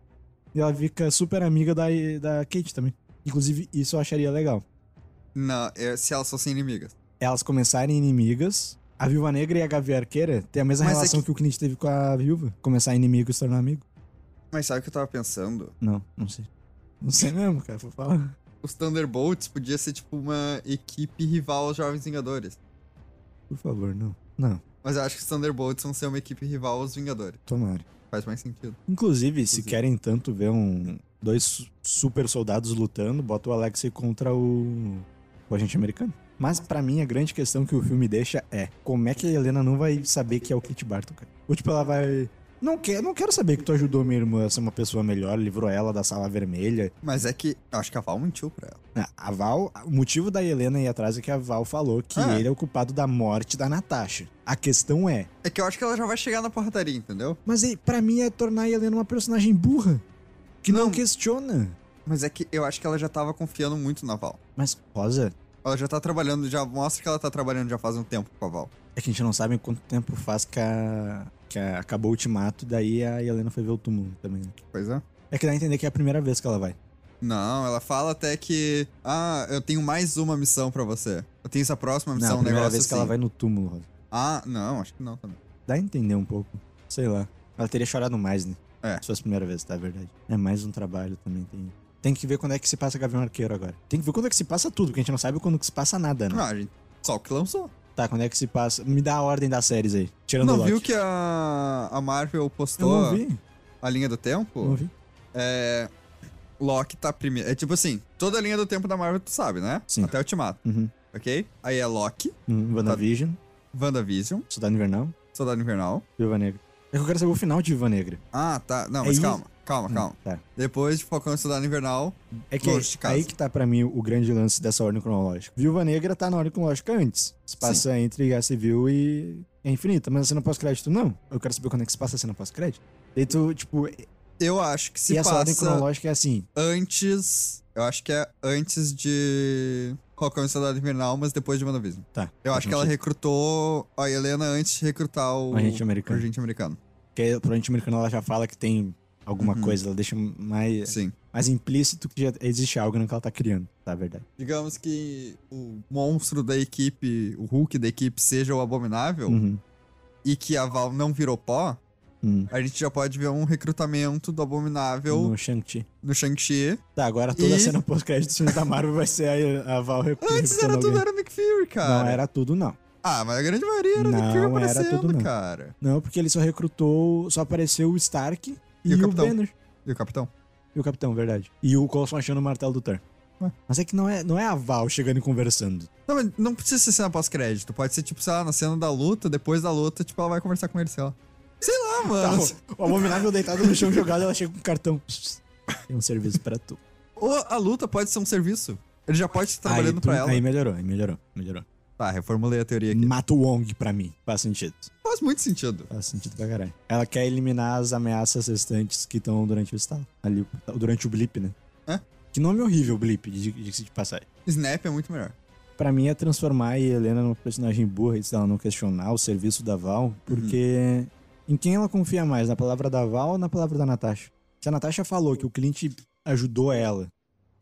E ela fica super amiga da, da Kate também. Inclusive, isso eu acharia legal.
Não, é, se elas fossem inimigas.
Elas começarem inimigas. A Viúva Negra e a Gavião Arqueira têm a mesma
Mas é
relação
que-
que... o Clint teve com a Viúva. Começar inimigo e se tornar amigo.
Mas sabe o que eu tava pensando?
Não, não sei. Não sei mesmo, cara, vou falar.
os Thunderbolts podia ser tipo uma equipe rival aos Jovens Vingadores.
Por favor, não. Não,
Mas eu acho que os Thunderbolts vão ser uma equipe rival aos Vingadores.
tomara.
Faz mais sentido.
Inclusive, se
Inclusive.
querem tanto ver um dois su- super soldados lutando, bota o Alexei contra o, o agente americano. Mas pra mim a grande questão que o filme deixa é como é que a Helena não vai saber que é o Kit Barton, cara? Ou tipo, ela vai. Não, quer, não quero saber que tu ajudou minha irmã a ser uma pessoa melhor, livrou ela da sala vermelha.
Mas é que eu acho que a Val mentiu pra ela.
Ah, A Val, o motivo da Helena ir atrás é que a Val falou que
Ah.
ele é o culpado da morte da Natasha. A questão é,
É que eu acho que ela já vai chegar na porradaria, entendeu?
mas e- pra mim é tornar a Helena uma personagem burra. Que não
Não.
questiona.
Mas é que eu acho que ela já tava confiando muito na Val.
Mas, Rosa,
Ela já tá trabalhando, já mostra que ela tá trabalhando já faz um tempo com a Val.
é que a gente não sabe quanto tempo faz que, a, que a- acabou o ultimato, daí a Helena foi ver o túmulo também. né?
Pois é.
É que dá a entender que é a primeira vez que ela vai.
Não, ela fala até que. Ah, eu tenho mais uma missão pra você. Eu tenho essa próxima missão,
Não, a
um
primeira
negócio
vez que ela
assim.
vai no túmulo, Rosa.
Ah, não, acho que não também.
Dá a entender um pouco. Sei lá. Ela teria chorado mais, né?
É.
Se fosse a primeira vez, tá? É verdade. É mais um trabalho também, tem. Tem que ver quando é que se passa Gavião Arqueiro agora. Tem que ver quando é que se passa tudo, porque a gente não sabe quando que se passa nada, né?
Não, a Ah, gente. Só o que lançou.
Tá, quando é que se passa. Me dá a ordem das séries aí. Tirando o
Não
Loki.
viu que a, a Marvel
Eu
postou
não vi.
a linha do tempo?
Não vi.
É. Loki tá primeiro. É tipo assim, toda a linha do tempo da Marvel tu sabe, né?
Sim.
Até Ultimato,
Uhum.
ok? Aí é Loki,
Hum, WandaVision,
WandaVision,
Soldado Invernal,
Soldado Invernal.
Viúva Negra. É que eu quero saber o final de Viúva Negra.
Ah, tá. Não,
É
mas
isso?
calma, calma, calma.
Tá.
Depois de Falcão e Soldado Invernal,
É que
Longe de casa.
aí que tá pra mim o grande lance dessa ordem cronológica. Viúva Negra tá na ordem cronológica antes. Se passa entre Guerra Civil e é infinita, mas a cena pós-crédito não. Eu quero saber quando é que se passa a cena pós-crédito. Daí tu, tipo,
eu acho que se
e essa ordem
passa
cronológica é assim.
antes. Eu acho que é antes de Falcão e Soldado Invernal, mas depois de WandaVision.
Tá.
Eu acho que ela recrutou a Helena antes de recrutar o
O agente americano.
o agente americano.
Porque pro anti-americano ela já fala que tem alguma
Uhum.
coisa, ela deixa mais,
Sim.
mais implícito que já existe algo no que ela tá criando, tá? É Verdade.
Digamos que o monstro da equipe, o Hulk da equipe, seja o abominável
Uhum.
e que a Val não virou pó,
Uhum.
a gente já pode ver um recrutamento do abominável
No Shang-Chi.
no Shang-Chi.
Tá, agora toda a
E-
cena pós-crédito dos filmes da Marvel vai ser a, a Val recu-
Antes era
recrutando
tudo
alguém.
era o Nick Fury, cara.
Não era tudo, não.
Ah, mas a grande maioria era o
Não,
Nick Fury
era
aparecendo,
tudo não.
cara.
Não, porque ele só recrutou, só apareceu o Stark e,
E o
o,
Capitão.
Banner.
E o Capitão?
E o Capitão, verdade. E o Coulson achando o martelo do Thor.
Ué.
Mas é que não é, não é a Val chegando e conversando.
Não, mas não precisa ser cena pós-crédito. Pode ser, tipo, sei lá, na cena da luta, depois da luta, tipo, ela vai conversar com ele, sei lá. Sei lá, mano.
O abominável deitado no chão jogado, ela chega com um cartão. Tem um serviço pra tu.
Ou a luta pode ser um serviço. Ele já pode estar trabalhando
aí, tu-
Tá pra ela.
Aí melhorou, aí melhorou, melhorou.
Tá, reformulei a teoria aqui.
Mata o Wong pra mim. Faz sentido.
Faz muito sentido.
Faz sentido pra caralho. Ela quer eliminar as ameaças restantes que estão durante o estalo. Ali, durante o blip, né?
Hã?
Que nome horrível, blip, de, de, de passagem.
Snap é muito melhor.
Pra mim é transformar a Helena numa personagem burra e se ela não questionar o serviço da Val, porque em quem ela confia mais, na palavra da Val ou na palavra da Natasha? Se a Natasha falou que o cliente ajudou ela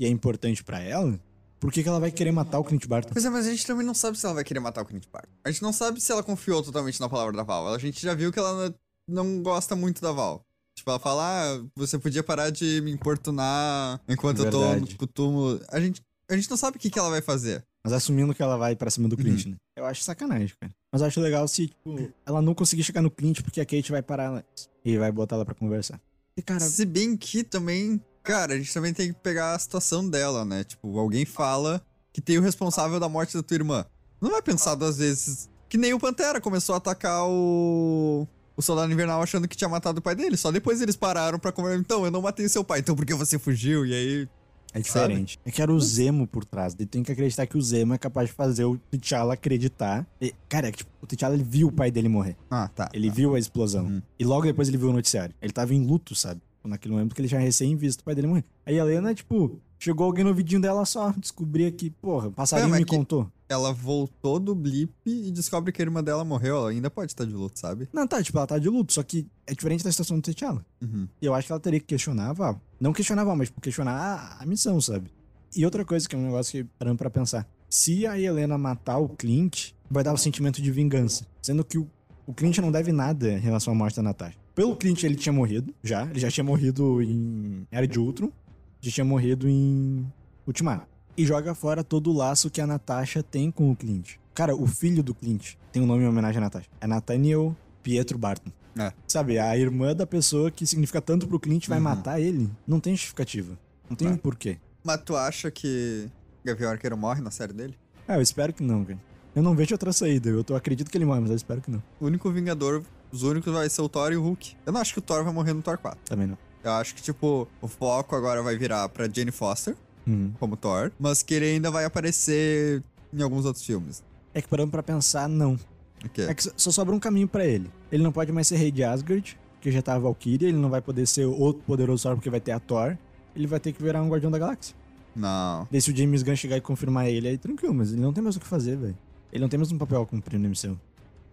e é importante pra ela, por que, que ela vai querer matar o Clint Barton?
Pois é, mas a gente também não sabe se ela vai querer matar o Clint Barton. A gente não sabe se ela confiou totalmente na palavra da Val. A gente já viu que ela n- não gosta muito da Val. Tipo, ela fala, ah, você podia parar de me importunar enquanto eu tô
Verdade.
no- com o túmulo. A gente, a gente não sabe o que, que ela vai fazer.
Mas assumindo que ela vai pra cima do
Uhum.
Clint, né? Eu acho sacanagem, cara. Mas eu acho legal se, tipo, ela não conseguir chegar no Clint porque a Kate vai parar ela e vai botar ela pra conversar. E, cara,
Se bem que também, cara, a gente também tem que pegar a situação dela, né? Tipo, alguém fala que tem o responsável da morte da tua irmã. Não vai pensar duas vezes. Que nem o Pantera começou a atacar o. O Soldado Invernal achando que tinha matado o pai dele. Só depois eles pararam pra conversar. Então, eu não matei seu pai, então por que você fugiu? E aí.
É diferente. É que era o Zemo por trás. Ele tem que acreditar que o Zemo é capaz de fazer o T'Challa acreditar. E, cara, é que, tipo, o T'Challa ele viu o pai dele morrer.
Ah, tá.
Ele viu a explosão.
Uhum.
E logo depois ele viu o noticiário. Ele tava em luto, sabe? Naquele momento que ele já recém visto o pai dele morrer. Aí a Helena, tipo, chegou alguém no ouvidinho dela só. Descobria que, porra, o passarinho
É, mas
me
que-
contou.
Ela voltou do blip e descobre que a irmã dela morreu. Ela ainda pode estar de luto, sabe?
Não, tá, tipo, ela tá de luto. Só que é diferente da situação do T'Challa.
Uhum.
E eu acho que ela teria que questionar a Val. Não questionar a Val, mas tipo, questionar a, a missão, sabe? E outra coisa que é um negócio que parando pra pensar. Se a Helena matar o Clint, vai dar o sentimento de vingança. Sendo que o, o Clint não deve nada em relação à morte da Natasha. Pelo Clint, ele tinha morrido já. Ele já tinha morrido em Era de Ultron. Já tinha morrido em Ultimato. e joga fora todo o laço que a Natasha tem com o Clint. Cara, o filho do Clint tem um nome em homenagem à Natasha. É Nathaniel Pietro Barton.
É.
Sabe, a irmã da pessoa que significa tanto pro Clint vai
Uhum.
matar ele? Não tem justificativa. Não tem
É.
um porquê.
Mas tu acha que Gavião Arqueiro morre na série dele?
Ah, eu espero que não, cara. Eu não vejo outra saída. Eu tô, acredito que ele morre, mas eu espero que não.
O único Vingador, os únicos vai ser o Thor e o Hulk. Eu não acho que o Thor vai morrer no Thor 4.
Também não.
Eu acho que, tipo, o foco agora vai virar pra Jane Foster,
Uhum.
como Thor, mas que ele ainda vai aparecer em alguns outros filmes.
É que parando pra pensar, não.
Ok.
É que só- só sobra um caminho pra ele. Ele não pode mais ser rei de Asgard, que já tá a Valkyria, ele não vai poder ser o poderoso Thor porque vai ter a Thor. Ele vai ter que virar um Guardião da Galáxia.
Não.
Daí se o James Gunn chegar e confirmar ele, aí tranquilo, mas ele não tem mais o que fazer, velho. Ele não tem mais um papel a cumprir no MCU.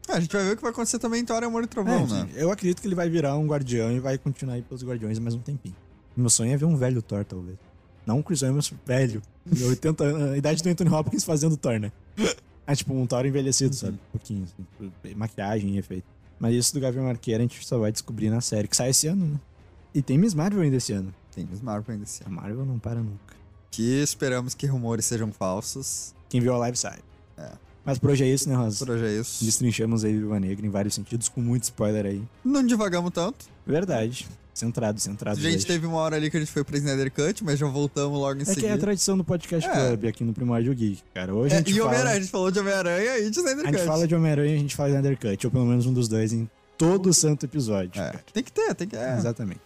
Ah, a gente vai ver o que vai acontecer também em Thor e Amor e Trovão,
É,
né?
Eu acredito que ele vai virar um guardião e vai continuar aí pelos guardiões mais um tempinho. Meu sonho é ver um velho Thor, talvez. Não um Chris Evans velho. de 80 anos, a idade do Anthony Hopkins fazendo Thor, né? *laughs* É tipo um Thor envelhecido, sabe?
Uhum.
Um pouquinho, assim, maquiagem e efeito. Mas isso do Gavião Arqueiro a gente só vai descobrir na série, que sai esse ano, né? E tem Miss Marvel ainda esse ano.
Tem Miss Marvel ainda esse
A
ano.
Marvel não para nunca.
Que esperamos que rumores sejam falsos.
Quem viu a live sabe.
É.
Mas por hoje é isso, né, Rosa?
Por hoje é isso.
Destrinchamos aí Viva Negra em vários sentidos, com muito spoiler aí.
Não divagamos tanto.
Verdade. Centrado,
A
centrado.
gente
hoje.
teve uma hora ali que a gente foi pra Snyder Cut, mas já voltamos logo em
É que é a
seguida.
tradição do Podcast
É.
Club aqui no Primordial Geek, cara. Hoje a
É,
gente
e
fala...
Homem-Aranha, a gente falou de Homem-Aranha e de Snyder
A gente
Cut.
fala de Homem-Aranha e a gente fala de Undercut, ou pelo menos um dos dois em todo o santo episódio.
É,
cara.
tem que ter, tem que é.
Exatamente.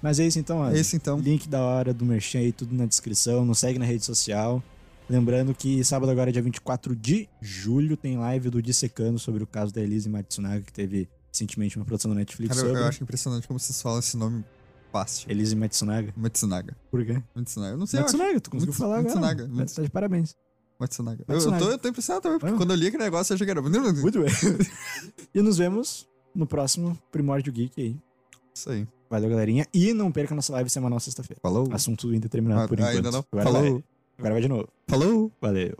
Mas é isso então, Asa.
É isso então.
Link da hora do Merchan aí, tudo na descrição. Nos segue na rede social. Lembrando que sábado agora, dia 24 de julho, tem live do Dissecando sobre o caso da Elise Matsunaga, que teve recentemente uma produção da Netflix
Cara, eu,
sobre.
eu acho impressionante como vocês falam esse nome fácil.
Elise Matsunaga.
Matsunaga.
Por quê?
Matsunaga. Eu não sei, eu acho.
Matsunaga, tu conseguiu
Mits-
falar
Mitsunaga,
agora.
Mits-
Tá de parabéns.
Matsunaga. Eu- Eu,
Matsunaga.
tô, eu tô impressionado também, porque
Ah.
quando eu li aquele negócio eu achei que era.
Muito bem. e nos vemos no próximo Primórdio Geek aí.
Isso aí.
Valeu, galerinha. E não perca nossa live semanal sexta-feira.
Falou.
Assunto indeterminado por
Ah,
enquanto.
ainda não.
Agora
Falou.
vai. Agora vai de novo.
Falou.
Valeu.